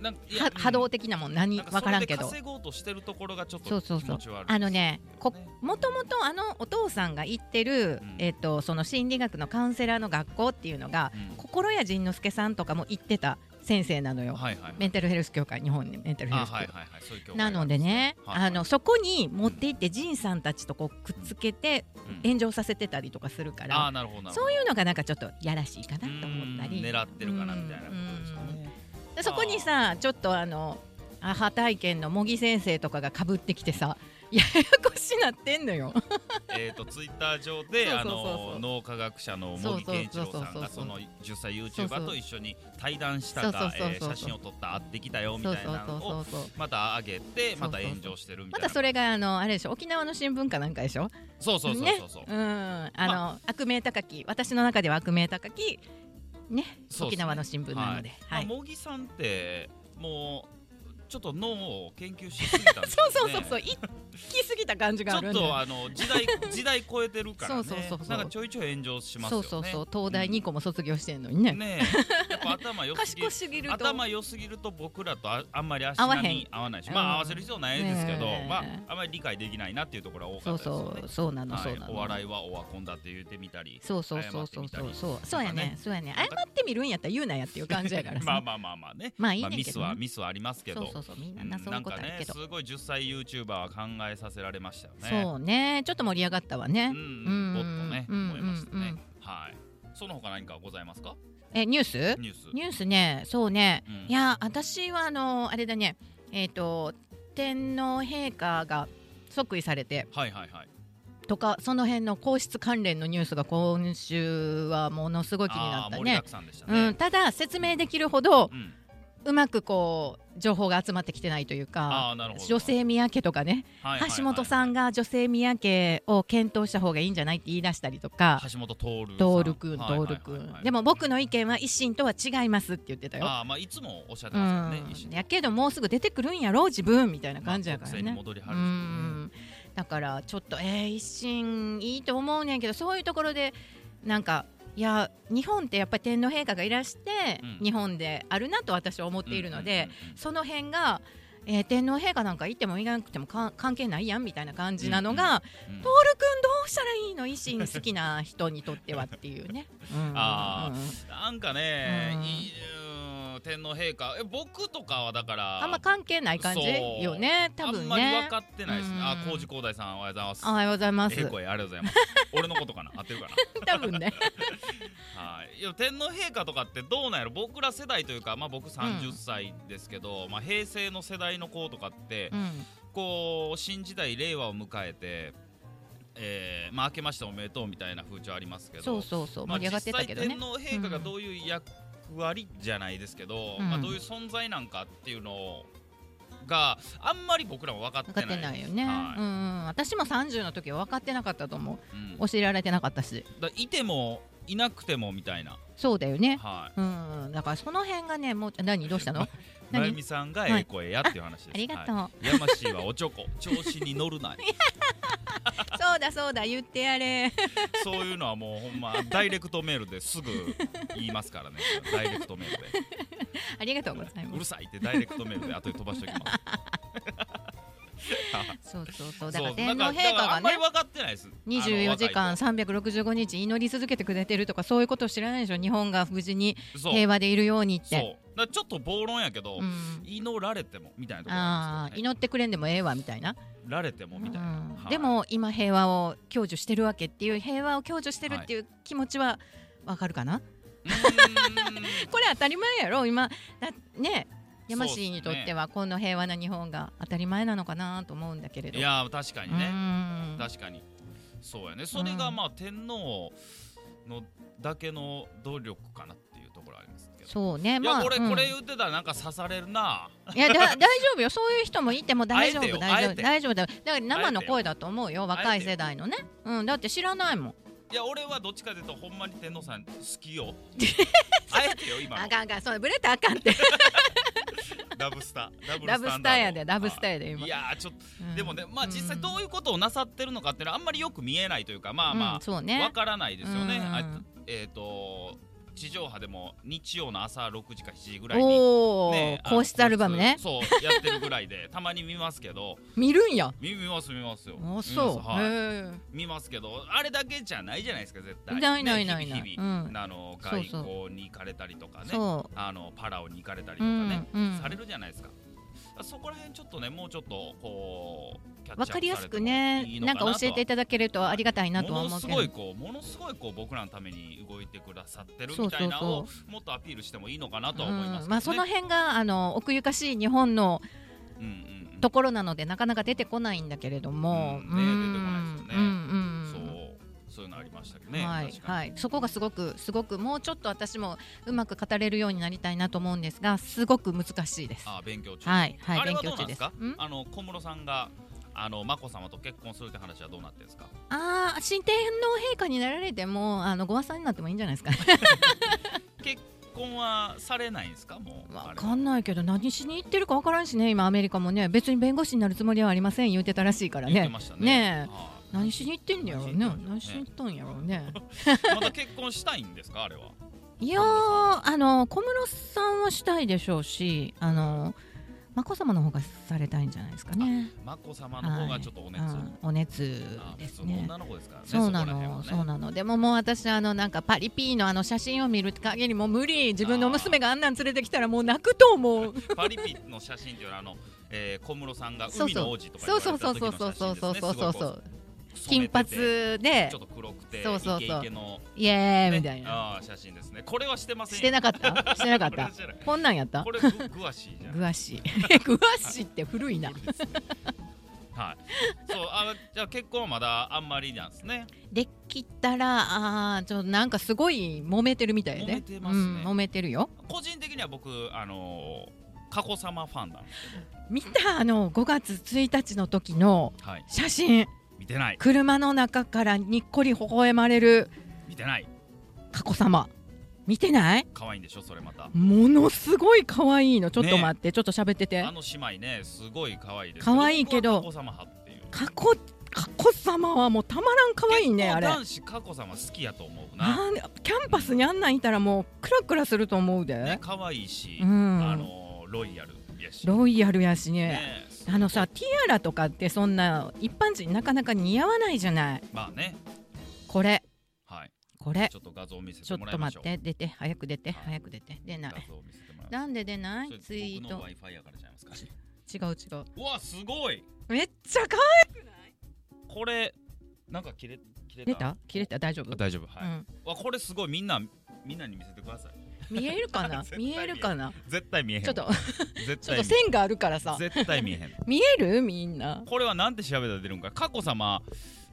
[SPEAKER 1] なんかいや
[SPEAKER 2] は波動
[SPEAKER 1] うん
[SPEAKER 2] 的なもん何
[SPEAKER 1] なん
[SPEAKER 2] 分からんけ
[SPEAKER 1] そ
[SPEAKER 2] ど
[SPEAKER 1] れで稼ごうとしてるところがちょっ
[SPEAKER 2] そ
[SPEAKER 1] と
[SPEAKER 2] う
[SPEAKER 1] 気
[SPEAKER 2] そうそう
[SPEAKER 1] 持ち悪い
[SPEAKER 2] あのねこ
[SPEAKER 1] ね
[SPEAKER 2] もともとあのお父さんが行って
[SPEAKER 1] う
[SPEAKER 2] る、
[SPEAKER 1] ん
[SPEAKER 2] えっとその心理学のカウンセラーの学校っていうのが
[SPEAKER 1] うん
[SPEAKER 2] 心谷仁之助さんとかも行ってた先生なのよ
[SPEAKER 1] はいはい
[SPEAKER 2] メンタルヘルス協会日本にメンタルヘ
[SPEAKER 1] あ
[SPEAKER 2] ルス協
[SPEAKER 1] はい
[SPEAKER 2] 会
[SPEAKER 1] はいはいそういう教会
[SPEAKER 2] なのでね、
[SPEAKER 1] はいはい
[SPEAKER 2] あのそこに持って行って仁さんたちとこうくっつけて
[SPEAKER 1] うん
[SPEAKER 2] 炎上させてたりとかするか
[SPEAKER 1] あ
[SPEAKER 2] ら、
[SPEAKER 1] ーなるほどなるほど
[SPEAKER 2] そういうのがなんかちょっとやらしいかなと思った
[SPEAKER 1] う
[SPEAKER 2] り
[SPEAKER 1] ん狙ってるかなみたいなことですか
[SPEAKER 2] うんうん
[SPEAKER 1] ね
[SPEAKER 2] でそこにさちょっとあのアハ体験の茂木先生とかがかぶってきてさ ややこしなってんのよ。
[SPEAKER 1] えー、とツイッター上で
[SPEAKER 2] そう
[SPEAKER 1] あ
[SPEAKER 2] そうそうそう
[SPEAKER 1] の脳科学者の茂木健一郎さんがそう
[SPEAKER 2] そそうそうそう
[SPEAKER 1] の10歳
[SPEAKER 2] そうそう
[SPEAKER 1] YouTuber と一緒に対談した
[SPEAKER 2] そう
[SPEAKER 1] が
[SPEAKER 2] そうそう
[SPEAKER 1] えー
[SPEAKER 2] そう
[SPEAKER 1] 写真を撮った会ってきたよみ
[SPEAKER 2] そう
[SPEAKER 1] たい
[SPEAKER 2] そう
[SPEAKER 1] なの
[SPEAKER 2] そう
[SPEAKER 1] を
[SPEAKER 2] そうそう。
[SPEAKER 1] また上げて
[SPEAKER 2] そうそ
[SPEAKER 1] ま
[SPEAKER 2] うそう
[SPEAKER 1] た炎上してるみた
[SPEAKER 2] ま
[SPEAKER 1] いな
[SPEAKER 2] たそれがあのあれでしょ沖縄の新聞かなんかでしょ。
[SPEAKER 1] そうそうそう
[SPEAKER 2] ね
[SPEAKER 1] そうそう、
[SPEAKER 2] うんあの、悪名高き私の中では悪名高き
[SPEAKER 1] そうっす
[SPEAKER 2] ね
[SPEAKER 1] ね
[SPEAKER 2] 沖縄の新聞なので。
[SPEAKER 1] まあ
[SPEAKER 2] はい。
[SPEAKER 1] 茂木さんってもうちょっと脳を研究しすぎたんです
[SPEAKER 2] そ
[SPEAKER 1] よ
[SPEAKER 2] う
[SPEAKER 1] ね
[SPEAKER 2] そうそうそう行き過ぎた感じがあ
[SPEAKER 1] ち
[SPEAKER 2] る
[SPEAKER 1] ょ
[SPEAKER 2] ん
[SPEAKER 1] っ
[SPEAKER 2] だよ
[SPEAKER 1] とあの時代 時代超えてるからね
[SPEAKER 2] そうそうそうそう
[SPEAKER 1] なんかちょいちょい炎上しますよ
[SPEAKER 2] そう
[SPEAKER 1] ね
[SPEAKER 2] そうそう東大二個も卒業してんのにね。
[SPEAKER 1] ねえやっぱ頭良すぎる
[SPEAKER 2] 賢すぎると。
[SPEAKER 1] 頭良すぎると僕らとああんまり足並み合わないし
[SPEAKER 2] 合わ
[SPEAKER 1] ま
[SPEAKER 2] へんうん
[SPEAKER 1] あ合わせる必要ないですけど、
[SPEAKER 2] ねえ
[SPEAKER 1] まああんまり理解できないなっていうところは多か
[SPEAKER 2] そ
[SPEAKER 1] った
[SPEAKER 2] う
[SPEAKER 1] ですよね
[SPEAKER 2] そうそうなのそうな
[SPEAKER 1] は
[SPEAKER 2] の。
[SPEAKER 1] い、お笑いはオワコンだって言ってみたり
[SPEAKER 2] そうそうそうそうそうそうそうや
[SPEAKER 1] なんか
[SPEAKER 2] ね
[SPEAKER 1] ね
[SPEAKER 2] そうやね謝
[SPEAKER 1] な
[SPEAKER 2] っ
[SPEAKER 1] んか
[SPEAKER 2] てみるんやったら言うなやっていう感じやからさ
[SPEAKER 1] まあまあまあまあね
[SPEAKER 2] まあいい
[SPEAKER 1] まあ、
[SPEAKER 2] ねん
[SPEAKER 1] ミ
[SPEAKER 2] け
[SPEAKER 1] ス
[SPEAKER 2] どな
[SPEAKER 1] はミスはありますけど
[SPEAKER 2] そうそうそうみんなな
[SPEAKER 1] うん
[SPEAKER 2] そうい
[SPEAKER 1] な
[SPEAKER 2] うんこと
[SPEAKER 1] か
[SPEAKER 2] ある
[SPEAKER 1] ね
[SPEAKER 2] けど
[SPEAKER 1] すごい10歳 YouTuber は考えさせられましたよね
[SPEAKER 2] そうねちょっと盛り上がったわね
[SPEAKER 1] ん
[SPEAKER 2] うん
[SPEAKER 1] ぼっとね
[SPEAKER 2] うん
[SPEAKER 1] 思いましたね、
[SPEAKER 2] うん
[SPEAKER 1] はいその他何かございますか
[SPEAKER 2] えニュース
[SPEAKER 1] ニュース
[SPEAKER 2] ニュースねそうね
[SPEAKER 1] うん
[SPEAKER 2] いや私はあのあれだねえっと天皇陛下が即位されて
[SPEAKER 1] はいはいはい
[SPEAKER 2] とかその辺の皇室関連のニュースが今週はものすごい気にな
[SPEAKER 1] あ
[SPEAKER 2] っ
[SPEAKER 1] ー盛
[SPEAKER 2] た
[SPEAKER 1] り
[SPEAKER 2] ね
[SPEAKER 1] だくさんでした
[SPEAKER 2] うん
[SPEAKER 1] ね、
[SPEAKER 2] ただ説明できるほど
[SPEAKER 1] うん
[SPEAKER 2] うまくこう情報が集まってきてないというか
[SPEAKER 1] ああなるほど
[SPEAKER 2] 女性宮家とかね
[SPEAKER 1] はいはいはいはい
[SPEAKER 2] 橋本さんが女性宮家を検討した方がいいんじゃないって言い出したりとか
[SPEAKER 1] 橋本徹
[SPEAKER 2] 徹君
[SPEAKER 1] はいはいはい
[SPEAKER 2] 徹君
[SPEAKER 1] はい
[SPEAKER 2] でも僕の意見は一心とは違いますって言ってたよ。
[SPEAKER 1] ああまあいつもおっしゃって
[SPEAKER 2] う
[SPEAKER 1] ますよ
[SPEAKER 2] ん
[SPEAKER 1] ね一緒に
[SPEAKER 2] やけどもうすぐ出てくるんやろ自分みたいな感じやか
[SPEAKER 1] まあ
[SPEAKER 2] ら
[SPEAKER 1] 国政に
[SPEAKER 2] ね。
[SPEAKER 1] 戻りは
[SPEAKER 2] う
[SPEAKER 1] るし
[SPEAKER 2] んだからちょっとえー、一心いいと思うねんけどそういうところでなんかいや日本ってやっぱり天皇陛下がいらして、
[SPEAKER 1] うん
[SPEAKER 2] 日本であるなと私は思っているので、
[SPEAKER 1] うんうんうん
[SPEAKER 2] その辺が、えー天皇陛下なんか行っても行かなくてもか関係ないやんみたいな感じなのが、
[SPEAKER 1] うんうん
[SPEAKER 2] 徹君どうしたらいいの維新好きな人にとってはってい うね。うん
[SPEAKER 1] あ
[SPEAKER 2] うん
[SPEAKER 1] なんかね
[SPEAKER 2] うん
[SPEAKER 1] いいうん天皇陛下え僕とかはだから
[SPEAKER 2] あんま関係ない感じ
[SPEAKER 1] そう
[SPEAKER 2] よね多
[SPEAKER 1] あん
[SPEAKER 2] 分
[SPEAKER 1] まり分
[SPEAKER 2] ね
[SPEAKER 1] か。ってないですね
[SPEAKER 2] うん
[SPEAKER 1] あ高知光大さんおはようございます
[SPEAKER 2] おはようございま す
[SPEAKER 1] ええ。声ありがとうございます俺のことかな合ってるか
[SPEAKER 2] 多分ね。
[SPEAKER 1] なはいいや天皇陛下とかってどうなんやろ僕ら世代というかまあ僕
[SPEAKER 2] うん
[SPEAKER 1] 30歳ですけどまあ平成の世代の子とかって
[SPEAKER 2] うん
[SPEAKER 1] こう新時代令和を迎えてえーまあ明けましておめでとうみたいな風潮あり ますけど
[SPEAKER 2] そうそうそう
[SPEAKER 1] まあ
[SPEAKER 2] 盛り上がってたけどね
[SPEAKER 1] 実。際天皇陛下がどういう役割じゃないですけど、
[SPEAKER 2] うん
[SPEAKER 1] まあ、どういう存在なんかっていうのがあんまり僕らも分かって
[SPEAKER 2] 分
[SPEAKER 1] な
[SPEAKER 2] か
[SPEAKER 1] い
[SPEAKER 2] ってないよね。
[SPEAKER 1] はい
[SPEAKER 2] うんうん私も30の時は分かってなかったと思
[SPEAKER 1] うん
[SPEAKER 2] う。教えられてなかったし。
[SPEAKER 1] だいてもいなくてもみたいな、
[SPEAKER 2] そうだよね。
[SPEAKER 1] は
[SPEAKER 2] うんうんだからその辺がねもう何ど うしたの？
[SPEAKER 1] い、ま
[SPEAKER 2] 何
[SPEAKER 1] ゆみさんがええ声やっていう話です、
[SPEAKER 2] ありがと
[SPEAKER 1] は
[SPEAKER 2] う。
[SPEAKER 1] い、やましいはおちょこ調子に乗る ない
[SPEAKER 2] そうだそうだ言ってやれ。
[SPEAKER 1] そういうのはもうほんまダイレクトメールですぐ言いますからねダイレクトメールで
[SPEAKER 2] ありがとうございうま
[SPEAKER 1] る
[SPEAKER 2] す。
[SPEAKER 1] さいってダイレクトメールで後で飛ばしておきます
[SPEAKER 2] そうそうそうだから
[SPEAKER 1] そうな
[SPEAKER 2] 天
[SPEAKER 1] ん
[SPEAKER 2] 皇
[SPEAKER 1] だからあ
[SPEAKER 2] 陛下が
[SPEAKER 1] んま
[SPEAKER 2] ね
[SPEAKER 1] り分かってないですあの
[SPEAKER 2] 24
[SPEAKER 1] 若い
[SPEAKER 2] 時
[SPEAKER 1] 子
[SPEAKER 2] 間365日祈り続けてくれてるとかそういうことを知らないでしょ日本が無事に
[SPEAKER 1] そう
[SPEAKER 2] 平和でいるようにっ
[SPEAKER 1] そう
[SPEAKER 2] て、
[SPEAKER 1] だからちょっと暴論やけど、
[SPEAKER 2] うん、
[SPEAKER 1] 祈られてもみたいなところな
[SPEAKER 2] あ
[SPEAKER 1] ん
[SPEAKER 2] あ
[SPEAKER 1] ですよね
[SPEAKER 2] 祈ってくれんでもええわみたいな
[SPEAKER 1] られてもみたいな、
[SPEAKER 2] うん
[SPEAKER 1] はい
[SPEAKER 2] でも今平和を享受してるわけっていう平和を享受してるっていう気持ちはわかるかな、
[SPEAKER 1] うーん
[SPEAKER 2] これ当たり前やろ今だね山
[SPEAKER 1] そうっす
[SPEAKER 2] 氏
[SPEAKER 1] ね
[SPEAKER 2] にとってはこの平和な日本が当たり前なのかなと思うんだけれど
[SPEAKER 1] いやー確かに
[SPEAKER 2] う
[SPEAKER 1] ね、
[SPEAKER 2] ん
[SPEAKER 1] 確かにそうやねそれがまあ天皇のだけの努力かなっていうところありますけど
[SPEAKER 2] そうね
[SPEAKER 1] いや、
[SPEAKER 2] まあ
[SPEAKER 1] 俺
[SPEAKER 2] うん
[SPEAKER 1] これ言ってたらなんか刺されるな、
[SPEAKER 2] いやだ大丈夫よそういう人もいても大丈
[SPEAKER 1] あえてよ
[SPEAKER 2] 夫大
[SPEAKER 1] あえ
[SPEAKER 2] 丈
[SPEAKER 1] て
[SPEAKER 2] 夫大丈夫だよだから生
[SPEAKER 1] あえ
[SPEAKER 2] の
[SPEAKER 1] てよ
[SPEAKER 2] 声だと思うよ若い世代のねうんだって知らないもん
[SPEAKER 1] いや俺はどっちかというとほんまに天皇さん好き よあえてよ今
[SPEAKER 2] あ
[SPEAKER 1] の
[SPEAKER 2] かんあかんそうブレたらあかんって
[SPEAKER 1] ダブスターダブル
[SPEAKER 2] ダ
[SPEAKER 1] ス
[SPEAKER 2] ブ
[SPEAKER 1] タ
[SPEAKER 2] ス
[SPEAKER 1] ン
[SPEAKER 2] タ
[SPEAKER 1] ダ
[SPEAKER 2] ー
[SPEAKER 1] ー
[SPEAKER 2] や
[SPEAKER 1] ド
[SPEAKER 2] でダブスターやで
[SPEAKER 1] あ
[SPEAKER 2] 今
[SPEAKER 1] いやーちょっと
[SPEAKER 2] うん
[SPEAKER 1] でもねまあ実際
[SPEAKER 2] うん
[SPEAKER 1] どういうことをなさってるのかっていうのはあんまりよく見えないというかまあまあ、
[SPEAKER 2] うんそう
[SPEAKER 1] わ
[SPEAKER 2] ね
[SPEAKER 1] からないですよね。
[SPEAKER 2] うん
[SPEAKER 1] あえっ、と地上波でも日曜の朝6時か7時ぐらいに。
[SPEAKER 2] おお
[SPEAKER 1] ね、あの
[SPEAKER 2] 公式アルバムね
[SPEAKER 1] そうそうやってるぐらいでたまに見ますけ ど
[SPEAKER 2] 見るんや
[SPEAKER 1] 見見ます見ますよ
[SPEAKER 2] あそう
[SPEAKER 1] 見ます,、はい
[SPEAKER 2] へ
[SPEAKER 1] 見ますけどあれだけじゃないじゃないですか絶対
[SPEAKER 2] ないな
[SPEAKER 1] ね
[SPEAKER 2] いないない
[SPEAKER 1] 日々日々
[SPEAKER 2] うん
[SPEAKER 1] あの
[SPEAKER 2] そう
[SPEAKER 1] 外
[SPEAKER 2] そう
[SPEAKER 1] 交に行かれたりとか
[SPEAKER 2] え
[SPEAKER 1] ね
[SPEAKER 2] そ
[SPEAKER 1] あのパラオに行かれたり
[SPEAKER 2] う
[SPEAKER 1] とか
[SPEAKER 2] うん
[SPEAKER 1] ね、
[SPEAKER 2] うん
[SPEAKER 1] されるじゃないですかそこら辺ちょっとねもうちょっとこうキャッチアップ
[SPEAKER 2] わかりやすく
[SPEAKER 1] され
[SPEAKER 2] ね
[SPEAKER 1] てもいいの
[SPEAKER 2] なんか
[SPEAKER 1] なと
[SPEAKER 2] 教えていただけるとありがたいなと
[SPEAKER 1] も
[SPEAKER 2] は思
[SPEAKER 1] の
[SPEAKER 2] う
[SPEAKER 1] す
[SPEAKER 2] け
[SPEAKER 1] ご
[SPEAKER 2] ど
[SPEAKER 1] いこうものすごいこう僕らのために動いてくださってる
[SPEAKER 2] そうそうそう
[SPEAKER 1] みたいなのをもっとアピールしてもいいのかなとは思いますけどね。
[SPEAKER 2] うんまあその辺があの奥ゆかしい日本の
[SPEAKER 1] うんうんうん
[SPEAKER 2] ところなのでなかなか出てこないんだけれども、
[SPEAKER 1] うんね出てこないですよね
[SPEAKER 2] うんうん
[SPEAKER 1] そうそういうのありましたけどね。
[SPEAKER 2] はい
[SPEAKER 1] 確かに
[SPEAKER 2] はい、そこがすごくすごくもうちょっと私もうまく語れるようになりたいなと思うんですがすごく難しいです。
[SPEAKER 1] あ勉強中。
[SPEAKER 2] はいはい
[SPEAKER 1] あれはど
[SPEAKER 2] 勉
[SPEAKER 1] うなんで
[SPEAKER 2] 強中ですす
[SPEAKER 1] か？
[SPEAKER 2] ん
[SPEAKER 1] あの小室さんがあの眞子さまと結婚するって話はどうなってるんですか？
[SPEAKER 2] ああ新天皇陛下になられてもあのご和さんになってもいいんじゃないですか。
[SPEAKER 1] 結婚はされないんですかもう？
[SPEAKER 2] わ
[SPEAKER 1] あれ
[SPEAKER 2] かんないけど何しに行ってるかわからんしね今アメリカもね別に弁護士になるつもりはありません言ってたらしいから
[SPEAKER 1] 言って
[SPEAKER 2] ね。
[SPEAKER 1] ましたね。
[SPEAKER 2] ねえ
[SPEAKER 1] は
[SPEAKER 2] 何しに行ってんのやろうね。何しに行ったんやろうね。
[SPEAKER 1] い また結婚したいんですかあれは？
[SPEAKER 2] いやーあの小室さんはしたいでしょうしあの眞子さまの方がされたいんじゃないですかね。
[SPEAKER 1] 眞子さまの方がちょっとお熱。
[SPEAKER 2] うんお熱
[SPEAKER 1] あ
[SPEAKER 2] で
[SPEAKER 1] 普
[SPEAKER 2] す
[SPEAKER 1] 通の
[SPEAKER 2] ね。
[SPEAKER 1] 女の子ですからね。
[SPEAKER 2] そうな
[SPEAKER 1] こら辺は
[SPEAKER 2] の、
[SPEAKER 1] ね
[SPEAKER 2] そうなの。でももう私あのなんかパリピーのあの写真を見る限りもう無理。自分の娘があんなん連れてきたらもう泣くと思う。
[SPEAKER 1] パリピの写真っていうのはあの、えー、小室さんが
[SPEAKER 2] そう
[SPEAKER 1] 海
[SPEAKER 2] そう
[SPEAKER 1] の王子とか言
[SPEAKER 2] そ
[SPEAKER 1] われ
[SPEAKER 2] う
[SPEAKER 1] た
[SPEAKER 2] そうそう
[SPEAKER 1] 時
[SPEAKER 2] そう
[SPEAKER 1] の
[SPEAKER 2] そうそう
[SPEAKER 1] 写真ですねすごい
[SPEAKER 2] そうそうそ
[SPEAKER 1] こ
[SPEAKER 2] う。
[SPEAKER 1] う染
[SPEAKER 2] 金
[SPEAKER 1] めて
[SPEAKER 2] 髪
[SPEAKER 1] て
[SPEAKER 2] で
[SPEAKER 1] ちょっと黒くて
[SPEAKER 2] そうそうそう
[SPEAKER 1] イケイケの、
[SPEAKER 2] イエーイ
[SPEAKER 1] ね
[SPEAKER 2] みたいな。
[SPEAKER 1] あー写真ですねこれはしてません
[SPEAKER 2] してなかった？してなかっ
[SPEAKER 1] これ
[SPEAKER 2] た
[SPEAKER 1] はしてない。
[SPEAKER 2] こんなんやった
[SPEAKER 1] こ？れググワシーじゃ
[SPEAKER 2] グ
[SPEAKER 1] ん
[SPEAKER 2] ワシ。グワシって古 いな。
[SPEAKER 1] 古いですねはいそうあじゃあ結婚はまだあんまりなんですね
[SPEAKER 2] できたらあーちょっとなんかすごい揉めてるみた
[SPEAKER 1] 揉
[SPEAKER 2] いで、
[SPEAKER 1] めてますね
[SPEAKER 2] うん、揉めてるよ
[SPEAKER 1] 個人的には僕あのー、佳子さまファンなんです
[SPEAKER 2] 見たあの5月1日の時の
[SPEAKER 1] けどはい
[SPEAKER 2] 写真
[SPEAKER 1] 見てない
[SPEAKER 2] 車の中からにっこり微笑まれる
[SPEAKER 1] 見てない
[SPEAKER 2] 佳子さま見てない
[SPEAKER 1] 可愛いんでしょそれまた
[SPEAKER 2] ものすごい可愛いのちょっと待って、ちょっと喋ってて
[SPEAKER 1] あの姉妹ねすごい可愛いです
[SPEAKER 2] 可愛いけど
[SPEAKER 1] 僕は佳子さま派っていう
[SPEAKER 2] 佳子佳子さまはもうたまらん可愛いね
[SPEAKER 1] 結構
[SPEAKER 2] あれ
[SPEAKER 1] 男子佳子さま好きやと思うな
[SPEAKER 2] なんでキャンパスにあんなんいたらもうクラクラすると思うで、
[SPEAKER 1] ね可愛いし、
[SPEAKER 2] うん
[SPEAKER 1] あのロイヤルやし
[SPEAKER 2] ロイヤルやしね
[SPEAKER 1] ね
[SPEAKER 2] あのさティアラとかってそんな一般人なかなか似合わないじゃない
[SPEAKER 1] まあね
[SPEAKER 2] これ
[SPEAKER 1] はい
[SPEAKER 2] これ
[SPEAKER 1] ちょっと画像を見せ
[SPEAKER 2] ちょ
[SPEAKER 1] ても
[SPEAKER 2] っ
[SPEAKER 1] ら
[SPEAKER 2] と
[SPEAKER 1] いまし
[SPEAKER 2] 待
[SPEAKER 1] ょ
[SPEAKER 2] っ
[SPEAKER 1] う
[SPEAKER 2] て出て早く出て
[SPEAKER 1] はい
[SPEAKER 2] 早く出て出な
[SPEAKER 1] 画
[SPEAKER 2] い
[SPEAKER 1] 像を見せてもらいま
[SPEAKER 2] なんで出な
[SPEAKER 1] す
[SPEAKER 2] いツイー
[SPEAKER 1] 僕の
[SPEAKER 2] ト
[SPEAKER 1] Wi-Fi やからちゃいますか
[SPEAKER 2] 違う違う
[SPEAKER 1] うわすごい
[SPEAKER 2] めっちゃ可
[SPEAKER 1] これなんか切れ切れ
[SPEAKER 2] 愛い出た切れ
[SPEAKER 1] あ
[SPEAKER 2] た大丈夫、
[SPEAKER 1] 大丈夫はい、
[SPEAKER 2] うん、
[SPEAKER 1] わこれすごいみんなみんなに見せてください
[SPEAKER 2] 見えるか な
[SPEAKER 1] 絶対見え
[SPEAKER 2] 見
[SPEAKER 1] る
[SPEAKER 2] えるかな
[SPEAKER 1] 絶対見えへん
[SPEAKER 2] ちょっと
[SPEAKER 1] 絶
[SPEAKER 2] ちょ
[SPEAKER 1] 対見
[SPEAKER 2] っと
[SPEAKER 1] えへん
[SPEAKER 2] 線があるからさ
[SPEAKER 1] 絶対見えへん
[SPEAKER 2] 見えるみんな
[SPEAKER 1] これはなんて調べたら出るんか佳子さま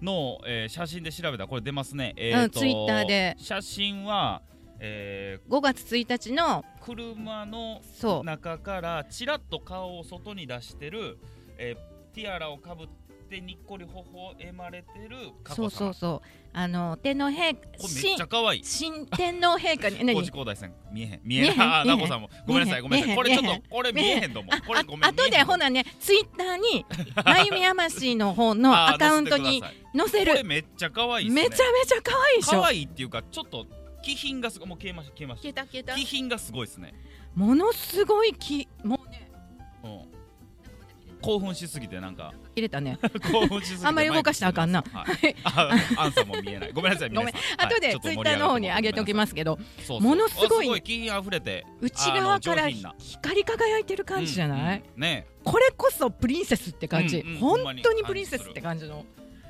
[SPEAKER 1] の、えー写真で調べたらこれ出ますね、えーと
[SPEAKER 2] うん Twitter で
[SPEAKER 1] 写真は、え
[SPEAKER 2] 5月1日
[SPEAKER 1] ー
[SPEAKER 2] の
[SPEAKER 1] 車の
[SPEAKER 2] そう
[SPEAKER 1] 中からちらっと顔を外に出してる、えーティアラをかぶってにっこり微笑まれてる佳
[SPEAKER 2] そ
[SPEAKER 1] 子
[SPEAKER 2] う
[SPEAKER 1] さま
[SPEAKER 2] そうそうあの天皇陛
[SPEAKER 1] これめ
[SPEAKER 2] 下
[SPEAKER 1] っ
[SPEAKER 2] 新
[SPEAKER 1] ちゃ可愛い
[SPEAKER 2] 新天皇陛下に何
[SPEAKER 1] 工事工大さん見えへん見えへん
[SPEAKER 2] 見えへん
[SPEAKER 1] あー
[SPEAKER 2] 見え
[SPEAKER 1] ナ
[SPEAKER 2] へん
[SPEAKER 1] コさんもごめんなさいごめんなさいこ
[SPEAKER 2] 見
[SPEAKER 1] れ
[SPEAKER 2] えへ
[SPEAKER 1] ち
[SPEAKER 2] ん
[SPEAKER 1] ょっとこれ見
[SPEAKER 2] 見
[SPEAKER 1] え
[SPEAKER 2] えへん
[SPEAKER 1] へんと思
[SPEAKER 2] あ
[SPEAKER 1] うこれごめん
[SPEAKER 2] あ後でほ
[SPEAKER 1] な
[SPEAKER 2] なねツイッター にまゆみやましの方のアカウントに載せ
[SPEAKER 1] これ
[SPEAKER 2] る
[SPEAKER 1] めっちゃ可愛いっすね
[SPEAKER 2] めちゃめちゃ可愛いでしょ
[SPEAKER 1] 可愛いっていうかちょっと気品がすごいもう消えました消えました
[SPEAKER 2] 消えた消えた
[SPEAKER 1] 気品がすごいですね、
[SPEAKER 2] ものすごいきもうね
[SPEAKER 1] うん、興奮しすぎてなんか
[SPEAKER 2] 切れたね
[SPEAKER 1] 興奮しすぎて
[SPEAKER 2] あんまり動かしたらあかんな
[SPEAKER 1] マイク切れてます はい、あアンさんも見えないごめんなさい皆
[SPEAKER 2] ご
[SPEAKER 1] さん
[SPEAKER 2] めん後でツイッターの方に上げておき
[SPEAKER 1] す
[SPEAKER 2] ますけど
[SPEAKER 1] そうそう
[SPEAKER 2] ものすごい
[SPEAKER 1] あすごい気品あふれて
[SPEAKER 2] 内側から
[SPEAKER 1] あの上品な
[SPEAKER 2] 光り輝いてる感じじゃない、
[SPEAKER 1] うんうんね
[SPEAKER 2] これこそプリンセスって感じ、
[SPEAKER 1] うんうんほんま
[SPEAKER 2] 本
[SPEAKER 1] に
[SPEAKER 2] 当にプリンセスって感じの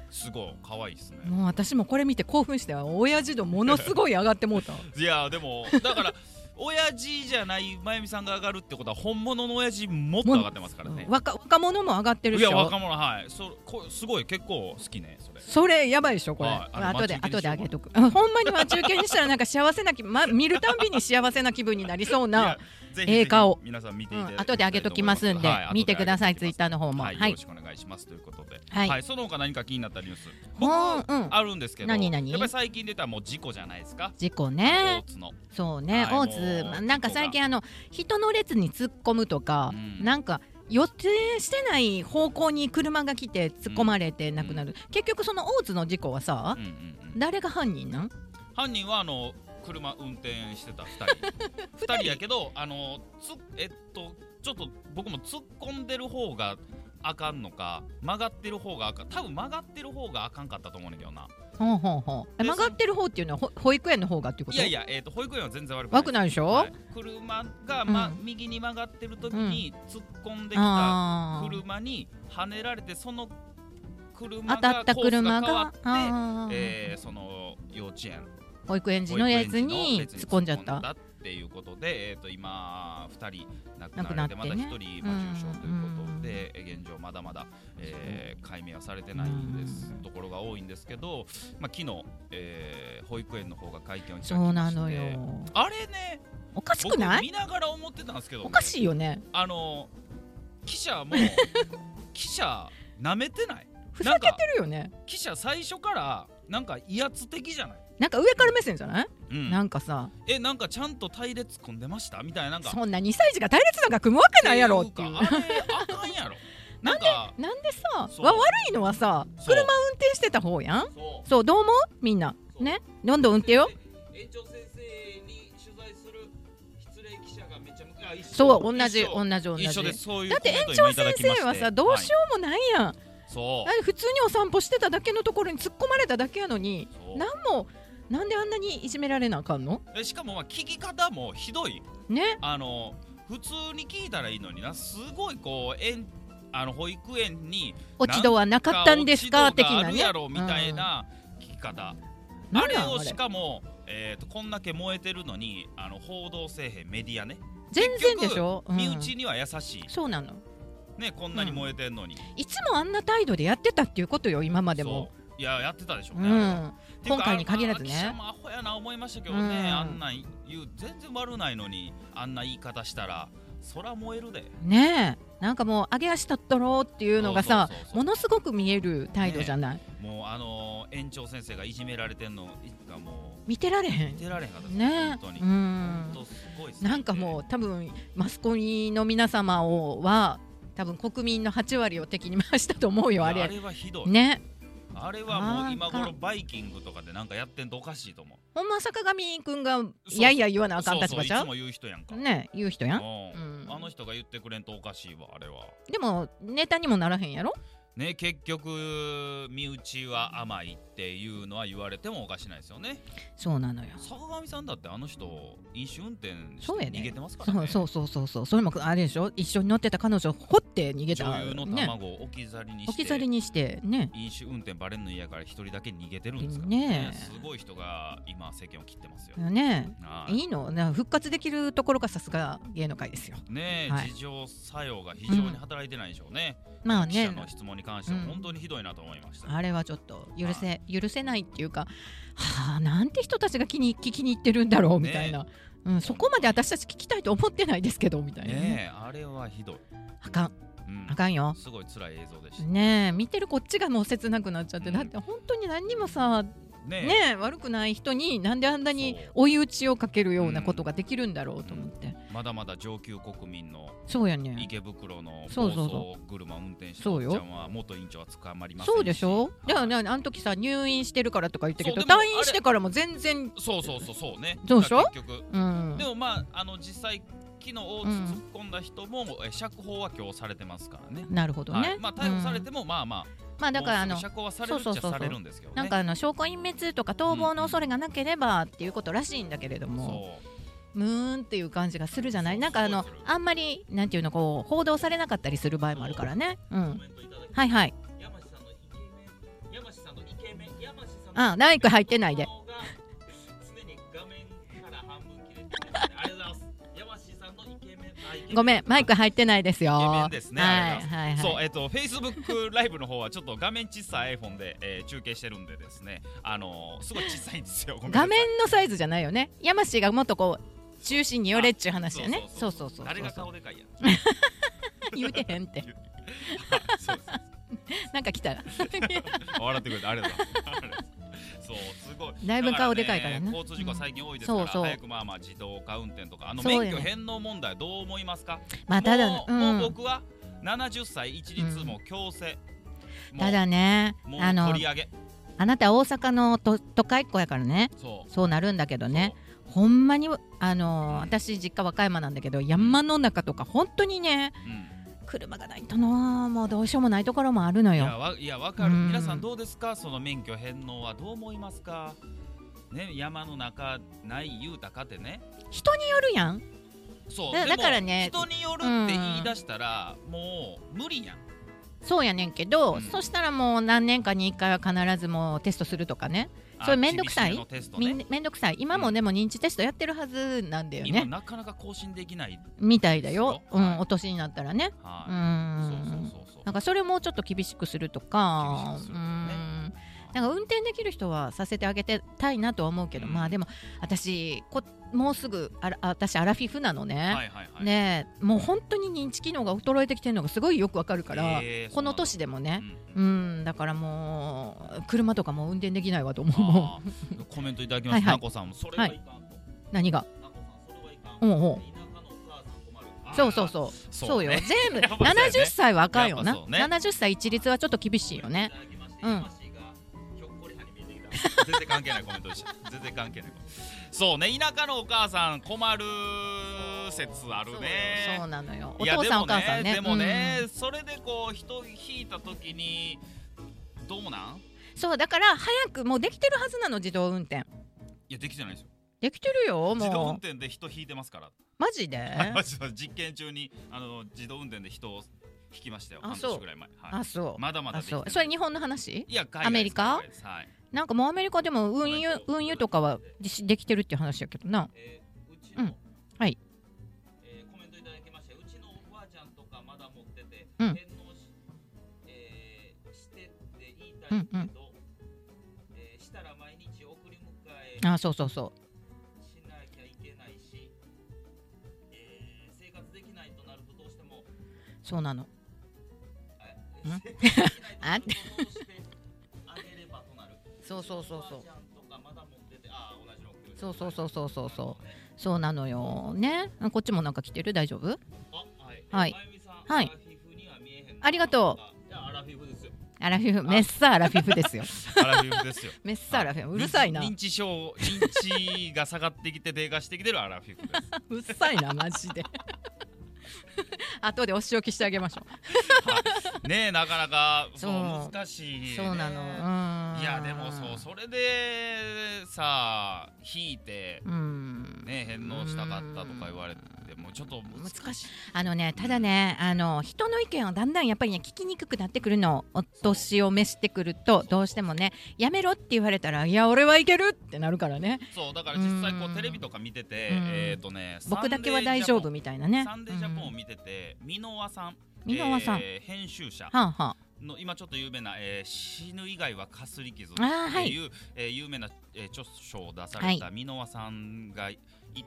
[SPEAKER 1] すごい可愛いですね
[SPEAKER 2] もう私もこれ見て興奮して親父度ものすごい上がってもうた
[SPEAKER 1] いやでもだから 親父じゃない真由美さんが上がるってことは本物の親父もっと上がってますからね
[SPEAKER 2] 若若者も上がってる
[SPEAKER 1] い
[SPEAKER 2] でし
[SPEAKER 1] や
[SPEAKER 2] ょ
[SPEAKER 1] 若者はいそこすごい結構好きねそれ
[SPEAKER 2] それやばいでしょこれ、
[SPEAKER 1] はいあれ
[SPEAKER 2] 後で
[SPEAKER 1] 待ち受け
[SPEAKER 2] 後
[SPEAKER 1] にしようか
[SPEAKER 2] であげとくあほんまに待ち受けにしたらなんか幸せな気、ま、見るたんびに幸せな気分になりそう
[SPEAKER 1] い
[SPEAKER 2] な
[SPEAKER 1] や、ぜひ
[SPEAKER 2] ええ顔
[SPEAKER 1] 皆さん見て
[SPEAKER 2] う
[SPEAKER 1] いただき
[SPEAKER 2] ん、
[SPEAKER 1] たいと思います
[SPEAKER 2] 後であげときますんで、
[SPEAKER 1] はい
[SPEAKER 2] 見てくださいツイッターの方も
[SPEAKER 1] は、
[SPEAKER 2] はいい、
[SPEAKER 1] よろしくお願いしますということで、は、
[SPEAKER 2] はいい
[SPEAKER 1] その他何か気になったニュース、僕
[SPEAKER 2] ほんうん
[SPEAKER 1] あるんですけど、
[SPEAKER 2] 何々
[SPEAKER 1] やっぱり最近出たもう事故じゃないですか。
[SPEAKER 2] 事故
[SPEAKER 1] 大
[SPEAKER 2] ね
[SPEAKER 1] 津の、
[SPEAKER 2] そうね、
[SPEAKER 1] はい
[SPEAKER 2] 大
[SPEAKER 1] も
[SPEAKER 2] 津
[SPEAKER 1] う
[SPEAKER 2] まなんか最近あの人の列に突っ込むとか、
[SPEAKER 1] うん
[SPEAKER 2] なんか予定してない方向に車が来て突っ込まれて亡くなる、結局その大津の事故はさ
[SPEAKER 1] うん、うんうん、
[SPEAKER 2] 誰が犯人なん
[SPEAKER 1] 犯人はあの車運転してた二 人二人やけどあのつえっとちょっと僕も突っ込んでる方があかんのか曲がってる方があかん多分曲がってる方があかんかったと思うねんだけどな
[SPEAKER 2] ほうほうほうえ
[SPEAKER 1] で
[SPEAKER 2] 曲がってる方っていうのはほ保育園の方がっていうこ
[SPEAKER 1] い
[SPEAKER 2] と
[SPEAKER 1] やいや、えっと保育園は全然悪くない
[SPEAKER 2] 悪くないでしょ、
[SPEAKER 1] はい車が、ま
[SPEAKER 2] うん
[SPEAKER 1] 右に曲がってる時に突っ込んできた
[SPEAKER 2] あー
[SPEAKER 1] 車に跳ねられてその車が
[SPEAKER 2] 当たった車
[SPEAKER 1] コース
[SPEAKER 2] が
[SPEAKER 1] 変わって、
[SPEAKER 2] あー
[SPEAKER 1] えーその幼稚園
[SPEAKER 2] 保育園児のや
[SPEAKER 1] 保育
[SPEAKER 2] つに
[SPEAKER 1] 園児の列
[SPEAKER 2] 突っ込んじゃった
[SPEAKER 1] っていうことで、えー、と今2人亡くなられて
[SPEAKER 2] 亡くなってね
[SPEAKER 1] また1人、まあ、重傷ということで、現状まだまだ、えー解明はされてないです、
[SPEAKER 2] うん
[SPEAKER 1] ところが多いんですけど、まあ、昨日、えー保育園の方が会見を開きまして
[SPEAKER 2] そうなのよ
[SPEAKER 1] あれね
[SPEAKER 2] おかし
[SPEAKER 1] 僕
[SPEAKER 2] くない
[SPEAKER 1] 見ながら思ってたんですけどね、
[SPEAKER 2] おかしいよね
[SPEAKER 1] あの記者 も記者なめてない
[SPEAKER 2] ふざけてるよね
[SPEAKER 1] 記者最初からなんか威圧的じゃない、
[SPEAKER 2] なんか上から目線じゃない、
[SPEAKER 1] うん
[SPEAKER 2] なんかさ
[SPEAKER 1] えなんかちゃんと隊列組んでましたみたいななんか
[SPEAKER 2] そんな2歳児が隊列なんか組むわけないやろっていう
[SPEAKER 1] っていうかあれあかんやろなんか
[SPEAKER 2] なんでさ
[SPEAKER 1] そう
[SPEAKER 2] わ悪いのはさ
[SPEAKER 1] そう
[SPEAKER 2] 車運転してた方やん
[SPEAKER 1] そ
[SPEAKER 2] そうどう思うみんな
[SPEAKER 1] そう
[SPEAKER 2] ねどんどん運転よ
[SPEAKER 1] 園長先生に取材する失礼記者がめちゃむか
[SPEAKER 2] そう同じ同じ同じ
[SPEAKER 1] 一緒ですそういう
[SPEAKER 2] だって園
[SPEAKER 1] コメントを今
[SPEAKER 2] 長
[SPEAKER 1] いただき
[SPEAKER 2] 先
[SPEAKER 1] まして
[SPEAKER 2] 生はさどうしようもないやん、
[SPEAKER 1] はいそう
[SPEAKER 2] だって普通にお散歩してただけのところに突っ込まれただけやのに
[SPEAKER 1] そう
[SPEAKER 2] なんもなんであんなにいじめられなあかんの
[SPEAKER 1] えしかもまあ聞き方もひどい
[SPEAKER 2] ね
[SPEAKER 1] あの普通に聞いたらいいのになすごいこう園あの保育園に
[SPEAKER 2] 落ち度はなかったんですか
[SPEAKER 1] 落ち
[SPEAKER 2] 的
[SPEAKER 1] 度があ
[SPEAKER 2] な
[SPEAKER 1] る
[SPEAKER 2] ね
[SPEAKER 1] やろみたいな聞き方、
[SPEAKER 2] うん
[SPEAKER 1] あれ
[SPEAKER 2] なんなん
[SPEAKER 1] を
[SPEAKER 2] あれ
[SPEAKER 1] しかも、えー、とこんだけ燃えてるのにあの報道せえへんメディアね、
[SPEAKER 2] 全然でしょ、うん
[SPEAKER 1] 身内には優しい
[SPEAKER 2] そうなの
[SPEAKER 1] ねこんなに燃えてんのに、
[SPEAKER 2] いつもあんな態度でやってたっていうことよ今までも
[SPEAKER 1] そういややってたでしょ
[SPEAKER 2] う
[SPEAKER 1] うね、あれは
[SPEAKER 2] ん
[SPEAKER 1] っていうか
[SPEAKER 2] 今回に限らずね
[SPEAKER 1] あれは記者もアホやな思いましたけどね、
[SPEAKER 2] うん
[SPEAKER 1] あんなん言う全然悪ないのにあんな言い方したらそら燃えるで
[SPEAKER 2] ねえなんかもう上げ足立ったろうっていうのがさ
[SPEAKER 1] そうそうそうそう
[SPEAKER 2] ものすごく見える態度じゃない、
[SPEAKER 1] もうあのー園長先生がいじめられてんのがも
[SPEAKER 2] 見てられへ
[SPEAKER 1] うん見てられへんかったです
[SPEAKER 2] ね
[SPEAKER 1] 本当に、
[SPEAKER 2] う
[SPEAKER 1] 本
[SPEAKER 2] ん
[SPEAKER 1] 当すごいですね
[SPEAKER 2] なんかもう多分マスコミの皆様をは多分国民の8割を敵に回したと思う
[SPEAKER 1] いや
[SPEAKER 2] よ
[SPEAKER 1] あ
[SPEAKER 2] あ
[SPEAKER 1] れ
[SPEAKER 2] れ
[SPEAKER 1] はひどい、
[SPEAKER 2] ね
[SPEAKER 1] あれはもう今
[SPEAKER 2] あー
[SPEAKER 1] 頃
[SPEAKER 2] か
[SPEAKER 1] バイキングとかでなんかやってんとおかしいと思う
[SPEAKER 2] ほんま坂上くんが
[SPEAKER 1] そう
[SPEAKER 2] いやいや言わなあかん立
[SPEAKER 1] そうそう
[SPEAKER 2] 場
[SPEAKER 1] い
[SPEAKER 2] じゃ
[SPEAKER 1] つ
[SPEAKER 2] ん
[SPEAKER 1] も言う人やんか、
[SPEAKER 2] ね言う人やん
[SPEAKER 1] うん
[SPEAKER 2] うん
[SPEAKER 1] あの人が言ってくれんとおかしいわあれは
[SPEAKER 2] でもネタにもならへんやろ
[SPEAKER 1] ね結局身内は甘いっていうのは言われてもおかしないですよね
[SPEAKER 2] そうなのよ
[SPEAKER 1] 坂上さんだってあの人飲酒運転して
[SPEAKER 2] そうやね
[SPEAKER 1] 逃げてますから
[SPEAKER 2] そう
[SPEAKER 1] ね
[SPEAKER 2] そうそうそうそうそれもあれでしょ一緒に乗ってた彼女を掘って逃げた
[SPEAKER 1] 女優の
[SPEAKER 2] ね
[SPEAKER 1] 卵を置き去りにして
[SPEAKER 2] 置き去りにしてね
[SPEAKER 1] 飲酒運転バレんの嫌やから一人だけ逃げてるんですからね
[SPEAKER 2] ねえ
[SPEAKER 1] すごい人が今世間を切ってますよ、
[SPEAKER 2] ね
[SPEAKER 1] はい
[SPEAKER 2] いいのな復活できるところがさすが芸能界ですよ
[SPEAKER 1] ねえ、
[SPEAKER 2] はい
[SPEAKER 1] 自浄作用が非常に働いてないでしょうね、
[SPEAKER 2] まあ
[SPEAKER 1] 記者
[SPEAKER 2] ね
[SPEAKER 1] の質問に関しては
[SPEAKER 2] うん
[SPEAKER 1] 本当にひどいなと思いました、
[SPEAKER 2] あれはちょっと許せ許せないっていうかはあなんて人たちが気に聞きに入ってるんだろうみたいな、うん、そこまで私たち聞きたいと思ってないですけどみたいなね、
[SPEAKER 1] ねえあれはひどい、
[SPEAKER 2] あかん
[SPEAKER 1] うん
[SPEAKER 2] あかんよ
[SPEAKER 1] すごい辛い映像でしたね
[SPEAKER 2] ねえ見てるこっちがもう切なくなっちゃって、
[SPEAKER 1] うん
[SPEAKER 2] だって本当に何にもさ
[SPEAKER 1] え
[SPEAKER 2] ねえ悪くない人になんであんなに
[SPEAKER 1] そう
[SPEAKER 2] 追い打ちをかけるようなことができるんだろうと思って、
[SPEAKER 1] まだまだ上級国民の
[SPEAKER 2] そうやね
[SPEAKER 1] 池袋の
[SPEAKER 2] そ
[SPEAKER 1] 暴
[SPEAKER 2] うそう
[SPEAKER 1] 走
[SPEAKER 2] そ
[SPEAKER 1] 車運転して
[SPEAKER 2] そ
[SPEAKER 1] お
[SPEAKER 2] う
[SPEAKER 1] っ
[SPEAKER 2] よ
[SPEAKER 1] ちゃんは元院長は捕まりません
[SPEAKER 2] そうでしょだから
[SPEAKER 1] はい
[SPEAKER 2] ねあの時さ入院してるからとか言ったけ
[SPEAKER 1] そ
[SPEAKER 2] ど
[SPEAKER 1] うでも
[SPEAKER 2] 退院してからも全然
[SPEAKER 1] そうそうそうそうね
[SPEAKER 2] そうでしょ
[SPEAKER 1] だから結局
[SPEAKER 2] うん
[SPEAKER 1] でもまああの実際昨日大津突っ込んだ人も、え釈放は今日されてますからね
[SPEAKER 2] なるほどね、
[SPEAKER 1] はい、まあ逮捕され
[SPEAKER 2] うん
[SPEAKER 1] ても、まあまあ
[SPEAKER 2] まあだからあ
[SPEAKER 1] もう
[SPEAKER 2] の
[SPEAKER 1] すぐ釈放はされるっ
[SPEAKER 2] そう
[SPEAKER 1] ち
[SPEAKER 2] そ
[SPEAKER 1] ゃ
[SPEAKER 2] うそう
[SPEAKER 1] さ
[SPEAKER 2] そう
[SPEAKER 1] れるんですけどね
[SPEAKER 2] なんかあの証拠隠滅とか逃亡の恐れがなければっていうことらしいんだけれども、
[SPEAKER 1] そう
[SPEAKER 2] ムーンっていう感じがするじゃないなんかあの
[SPEAKER 1] そうそうそう
[SPEAKER 2] あんまりなんていうのこう報道されなかったりする場合もあるからねう
[SPEAKER 3] コ
[SPEAKER 2] ん
[SPEAKER 3] メントいただき
[SPEAKER 2] はいはい
[SPEAKER 3] 山師さんのイケメン山師さんのイケメン山師さんの
[SPEAKER 2] あライク入ってないで
[SPEAKER 3] 顔が常に画面から半分切れてるありがとうございます
[SPEAKER 2] ごめんマイク入ってないですよ。
[SPEAKER 1] イケメンですね。
[SPEAKER 2] はい
[SPEAKER 1] ありがとうござ
[SPEAKER 2] はいい
[SPEAKER 1] ます
[SPEAKER 2] は
[SPEAKER 1] そう、えっと、Facebook ライブの方はちょっと画面小さい iPhone で、えー中継してるんでですね、あのーすごい小さいんですよ。ごめんなさ
[SPEAKER 2] 画
[SPEAKER 1] い
[SPEAKER 2] 面のサイズじゃないよね。山氏がもっとこう中心に寄れっちゅう話よね。そうそうそう。
[SPEAKER 1] 誰が顔でかいやん。
[SPEAKER 2] 言うてへんって。
[SPEAKER 1] あそうです
[SPEAKER 2] なんか来たら。
[SPEAKER 1] 笑ってくれてありがとうございます。そうすごい
[SPEAKER 2] だいぶ顔でかいからな
[SPEAKER 1] ね、交通事故は最近多いですから、
[SPEAKER 2] そうそう
[SPEAKER 1] 早くまあまあ自動化運転とかあの
[SPEAKER 2] そうよ
[SPEAKER 1] 免
[SPEAKER 2] ね
[SPEAKER 1] 許返納問題どう思いますか
[SPEAKER 2] まあただ
[SPEAKER 1] もう,、
[SPEAKER 2] う。
[SPEAKER 1] もうん僕は70歳一律もう強制、もう
[SPEAKER 2] ただね
[SPEAKER 1] も、
[SPEAKER 2] あ
[SPEAKER 1] う
[SPEAKER 2] の
[SPEAKER 1] 取り上げ
[SPEAKER 2] あなた大阪のと都会っ子やからね。
[SPEAKER 1] そう
[SPEAKER 2] そうなるんだけどね。ほんまにあのー
[SPEAKER 1] うん
[SPEAKER 2] 私実家和歌山なんだけど山の中とか本当にね
[SPEAKER 1] そう、うん
[SPEAKER 2] 車がないとのもうどうしようもないところもあるの
[SPEAKER 1] い
[SPEAKER 2] よ
[SPEAKER 1] やわいやわかる
[SPEAKER 2] うん
[SPEAKER 1] 皆さんどうですかその免許返納はどう思いますかね山の中ない豊かでね
[SPEAKER 2] 人によるやん
[SPEAKER 1] そう
[SPEAKER 2] だ
[SPEAKER 1] でも
[SPEAKER 2] だからね
[SPEAKER 1] 人によるって言い出したら、もう無理やん
[SPEAKER 2] そうやねんけど、
[SPEAKER 1] うん
[SPEAKER 2] そしたらもう何年かに1回は必ずもうテストするとかねそれ
[SPEAKER 1] あ
[SPEAKER 2] めんどくさい
[SPEAKER 1] 厳しめのテストね
[SPEAKER 2] みんめんどくさい今もでも認知テストやってるはずなんだよ
[SPEAKER 1] 今
[SPEAKER 2] ね
[SPEAKER 1] なかなか更新できない。
[SPEAKER 2] みたいだよ、
[SPEAKER 1] そう
[SPEAKER 2] う
[SPEAKER 1] はい
[SPEAKER 2] ん、お年になったらねう
[SPEAKER 1] は
[SPEAKER 2] ん
[SPEAKER 1] い。そうそうそうそ
[SPEAKER 2] な。
[SPEAKER 1] うん
[SPEAKER 2] かそれをもうちょっと厳しくするとか
[SPEAKER 1] 厳しくする
[SPEAKER 2] う
[SPEAKER 1] とかね
[SPEAKER 2] んなんか運転できる人はさせてあげてたいなとは思うけど、
[SPEAKER 1] うん
[SPEAKER 2] まあでも私こもうすぐあら私アラフィフなのね、
[SPEAKER 1] はいはいはい。。
[SPEAKER 2] ねえもう本当に認知機能が衰えてきてるのがすごいよくわかるから、
[SPEAKER 1] えー
[SPEAKER 2] この年でもね、
[SPEAKER 1] う
[SPEAKER 2] うんん、だからもう車とかも運転できないわと思うもん
[SPEAKER 1] あーコメントいただきました。
[SPEAKER 2] はいはい
[SPEAKER 1] なこさんもそれはいかんと。
[SPEAKER 2] 何が
[SPEAKER 1] なこさんそれはいかん。
[SPEAKER 2] おうおう
[SPEAKER 1] 田舎のお母さん困る。あー
[SPEAKER 2] そうそうそうそうよ
[SPEAKER 1] ね
[SPEAKER 2] 全部
[SPEAKER 1] やっぱそうやね
[SPEAKER 2] 70歳はあかんよ
[SPEAKER 1] や
[SPEAKER 2] な、
[SPEAKER 1] っぱそうね
[SPEAKER 2] 70歳一律はちょっと厳しいよね。
[SPEAKER 1] う
[SPEAKER 2] うん
[SPEAKER 1] ん。全然関係ないコメントでした。全然関係ないコメント。そうね、田舎のお母さん困る説ある
[SPEAKER 2] そう
[SPEAKER 1] ね
[SPEAKER 2] よ。そうなのよお
[SPEAKER 1] いや
[SPEAKER 2] 父さんお母さんね
[SPEAKER 1] でもねでもね、
[SPEAKER 2] うん
[SPEAKER 1] それでこう人引いた時にどうなん
[SPEAKER 2] そうだから早くもうできてるはずなの自動運転
[SPEAKER 1] いやできてないですよ
[SPEAKER 2] できてるよ
[SPEAKER 1] 自動運
[SPEAKER 2] もう
[SPEAKER 1] 転で人引いてますから
[SPEAKER 2] マ ジで
[SPEAKER 1] マジで実験中にあの自動運転で人を引きましたよ
[SPEAKER 2] あ
[SPEAKER 1] 半
[SPEAKER 2] そう
[SPEAKER 1] 年ぐらい前、はい
[SPEAKER 2] あそう
[SPEAKER 1] まだまだ
[SPEAKER 2] あ
[SPEAKER 1] できて
[SPEAKER 2] そ
[SPEAKER 1] な
[SPEAKER 2] う
[SPEAKER 1] い
[SPEAKER 2] それ日本の話
[SPEAKER 1] いや海外
[SPEAKER 2] アメリカ
[SPEAKER 1] です海外です
[SPEAKER 2] なんかもうアメリカでも運輸運輸とかはでしできてるっていう話やけどな
[SPEAKER 3] えーうち
[SPEAKER 2] う
[SPEAKER 3] の
[SPEAKER 2] んはい
[SPEAKER 3] えーコメントいただきましてうちのおばあちゃんとかまだ持ってて
[SPEAKER 2] うん
[SPEAKER 3] 返納しえーしてって言いたいけどえーしたら毎日送り迎え
[SPEAKER 2] あそうそうそう
[SPEAKER 3] しなきゃいけないしえー生活できないとなるとどうしても
[SPEAKER 2] そうなの
[SPEAKER 3] あ
[SPEAKER 2] ん
[SPEAKER 3] 生活でき
[SPEAKER 2] あ
[SPEAKER 3] ないとなるとどうしてあげればとなる
[SPEAKER 2] そうそうそうそう
[SPEAKER 3] おばあちゃんとかまだ持っててあー同じの送る
[SPEAKER 2] そうそうそうそうそうそうそうなのよねこっちもなんか来てる大丈夫
[SPEAKER 3] あはい
[SPEAKER 2] はい
[SPEAKER 3] まゆみさん
[SPEAKER 2] はい
[SPEAKER 3] アラフィフには見えへん
[SPEAKER 2] ありがと
[SPEAKER 3] ういやアラフィフですよ
[SPEAKER 2] アラフィフメッサアラフィフ ですよ
[SPEAKER 1] はいアラフィフですよ
[SPEAKER 2] メッサアラフィ フうるさいな
[SPEAKER 1] 認知症認知が下がってきて低下してきてるアラフィフです
[SPEAKER 2] うるさいなマジで 後でお仕置きしてあげましょ
[SPEAKER 1] はい ねえなかなかそう
[SPEAKER 2] そう
[SPEAKER 1] 難しい、
[SPEAKER 2] う
[SPEAKER 1] ね、
[SPEAKER 2] そうなのうん
[SPEAKER 1] いやでもそうそれでさあ引いて
[SPEAKER 2] うん
[SPEAKER 1] ね返納したかったとか言われてもちょっと難しい
[SPEAKER 2] あのねただねあの人の意見をだんだんやっぱりね聞きにくくなってくるのお年を召してくるとどうしてもねやめろって言われたらいや俺はいけるってなるからね
[SPEAKER 1] そうだから実際こ
[SPEAKER 2] う
[SPEAKER 1] うんテレビとか見てて、
[SPEAKER 2] うん
[SPEAKER 1] えっ、とね
[SPEAKER 2] 僕だけは大丈夫
[SPEAKER 1] ね
[SPEAKER 2] みたいなね
[SPEAKER 1] サンデージャポンを
[SPEAKER 2] うん
[SPEAKER 1] 見てて箕輪さん
[SPEAKER 2] 箕輪さん
[SPEAKER 1] えー編集者
[SPEAKER 2] はんはん
[SPEAKER 1] の今ちょっと有名な、えー死ぬ以外はかすり傷」って
[SPEAKER 2] あーはい
[SPEAKER 1] いう、えー有名な、えー著書を出された箕輪さんがい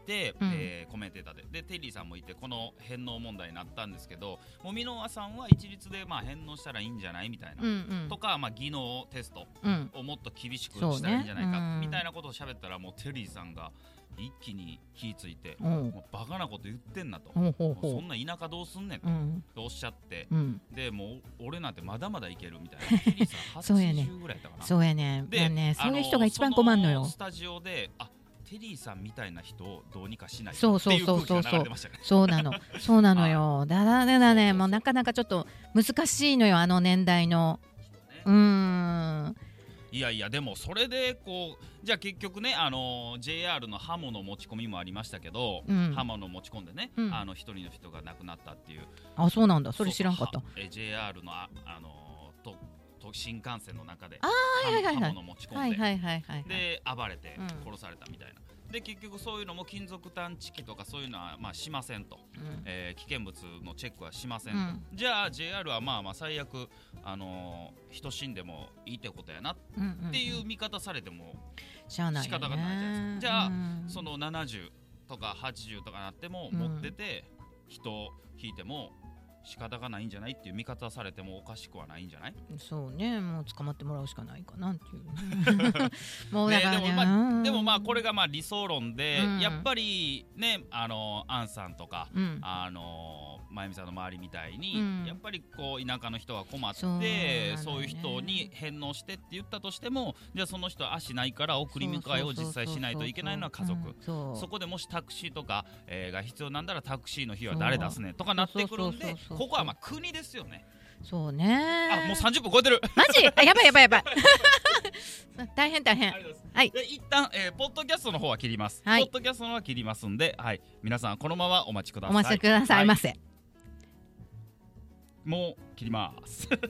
[SPEAKER 1] て、
[SPEAKER 2] うん
[SPEAKER 1] えーコメンテーターででテリーさんもいてこの返納問題になったんですけどもう箕輪さんは一律で、まあ、返納したらいいんじゃないみたいな、
[SPEAKER 2] うん
[SPEAKER 1] とか、まあ、技能テスト
[SPEAKER 2] うんうん
[SPEAKER 1] をもっと厳しく
[SPEAKER 2] そうね
[SPEAKER 1] したらいいんじゃないか、
[SPEAKER 2] うん
[SPEAKER 1] みたいなことを喋ったらもうテリーさんが一気に火ついて、
[SPEAKER 2] おう
[SPEAKER 1] もうバカなこと言ってんなと、
[SPEAKER 2] ほうほう
[SPEAKER 1] もうそ
[SPEAKER 2] ほ
[SPEAKER 1] んな田舎どうすんねんと
[SPEAKER 2] ううん
[SPEAKER 1] おっしゃって、
[SPEAKER 2] うん
[SPEAKER 1] でもう俺なんてまだまだいけるみたいなテリーさん
[SPEAKER 2] そうやね
[SPEAKER 1] 80ぐらいだから
[SPEAKER 2] そうやね
[SPEAKER 1] で
[SPEAKER 2] まあね
[SPEAKER 1] あ
[SPEAKER 2] そういう人
[SPEAKER 1] の
[SPEAKER 2] が一番困んの
[SPEAKER 1] そ
[SPEAKER 2] よ
[SPEAKER 1] スタジオであテリーさんみたいな人をどうにかしないと
[SPEAKER 2] そうそう
[SPEAKER 1] ってい
[SPEAKER 2] そう
[SPEAKER 1] 空気
[SPEAKER 2] そう
[SPEAKER 1] が流れてましたね
[SPEAKER 2] そう なのそうなのよだだだだねもうなかなかちょっと難しいのよあの年代の
[SPEAKER 3] 人ね
[SPEAKER 2] うーん
[SPEAKER 1] いやいやでもそれでこうじゃあ結局ねあの JR の刃物持ち込みもありましたけど、
[SPEAKER 2] うん
[SPEAKER 1] 刃物持ち込んでね、
[SPEAKER 2] うん
[SPEAKER 1] あの一人の人が亡くなったっていう
[SPEAKER 2] あそうなんだそれ知らんかった
[SPEAKER 1] そうえ JR のあ、あのーとと新幹線の中で
[SPEAKER 2] はいはいはいはい
[SPEAKER 1] 刃物持ち込んで、
[SPEAKER 2] はいはいはいはいはい
[SPEAKER 1] で暴れて
[SPEAKER 2] うん
[SPEAKER 1] 殺されたみたいな、で結局そういうのも金属探知機とかそういうのはまあしませんと、
[SPEAKER 2] うん
[SPEAKER 1] えー危険物のチェックはしません
[SPEAKER 2] う
[SPEAKER 1] と、
[SPEAKER 2] ん
[SPEAKER 1] じゃあ JR はまあまあ最悪、あのー人死んでもいいってことやなっ
[SPEAKER 2] うんうん
[SPEAKER 1] ていう見方されても、
[SPEAKER 2] しゃあない
[SPEAKER 1] 仕方がないじゃないですかじゃあそ
[SPEAKER 2] の
[SPEAKER 1] の70とか80とかなっても
[SPEAKER 2] うん
[SPEAKER 1] 持ってて人を引いても仕方がないんじゃないっていう見方されてもおかしくはないんじゃない
[SPEAKER 2] そうねもう捕まってもらうしかないかなって いうもうだからね
[SPEAKER 1] ねでもま
[SPEAKER 2] うん
[SPEAKER 1] でもまあこれがまあ理想論で、
[SPEAKER 2] うん
[SPEAKER 1] やっぱりねあのアンさんとか、
[SPEAKER 2] うん
[SPEAKER 1] あのまゆみさんの周りみたいに、
[SPEAKER 2] うん
[SPEAKER 1] やっぱりこう田舎の人が困って
[SPEAKER 2] そ
[SPEAKER 1] そうう,、
[SPEAKER 2] なのね
[SPEAKER 1] いう人に返納してって言ったとしてもじゃあその人は足ないから送り迎えを実際しないといけないのは家族。
[SPEAKER 2] そう
[SPEAKER 1] そこでもしタクシーとか、えーが必要なんだらタクシーの費用は誰出すねんとかなってくるん
[SPEAKER 2] そ
[SPEAKER 1] で
[SPEAKER 2] うそうそうそう
[SPEAKER 1] ここはまあ国ですよね
[SPEAKER 2] そうね
[SPEAKER 1] あもう30分超えてる
[SPEAKER 2] マジあやばいやばいやばい 大変大変
[SPEAKER 1] あ りがとうございます
[SPEAKER 2] はい
[SPEAKER 1] で一旦、えーポッドキャストの方は切ります、
[SPEAKER 2] はい
[SPEAKER 1] ポッドキャストの方は切りますんで、はい、皆さんこのままお待ちくださ
[SPEAKER 2] お
[SPEAKER 1] い
[SPEAKER 2] 待ちくださいませ、
[SPEAKER 1] もう切ります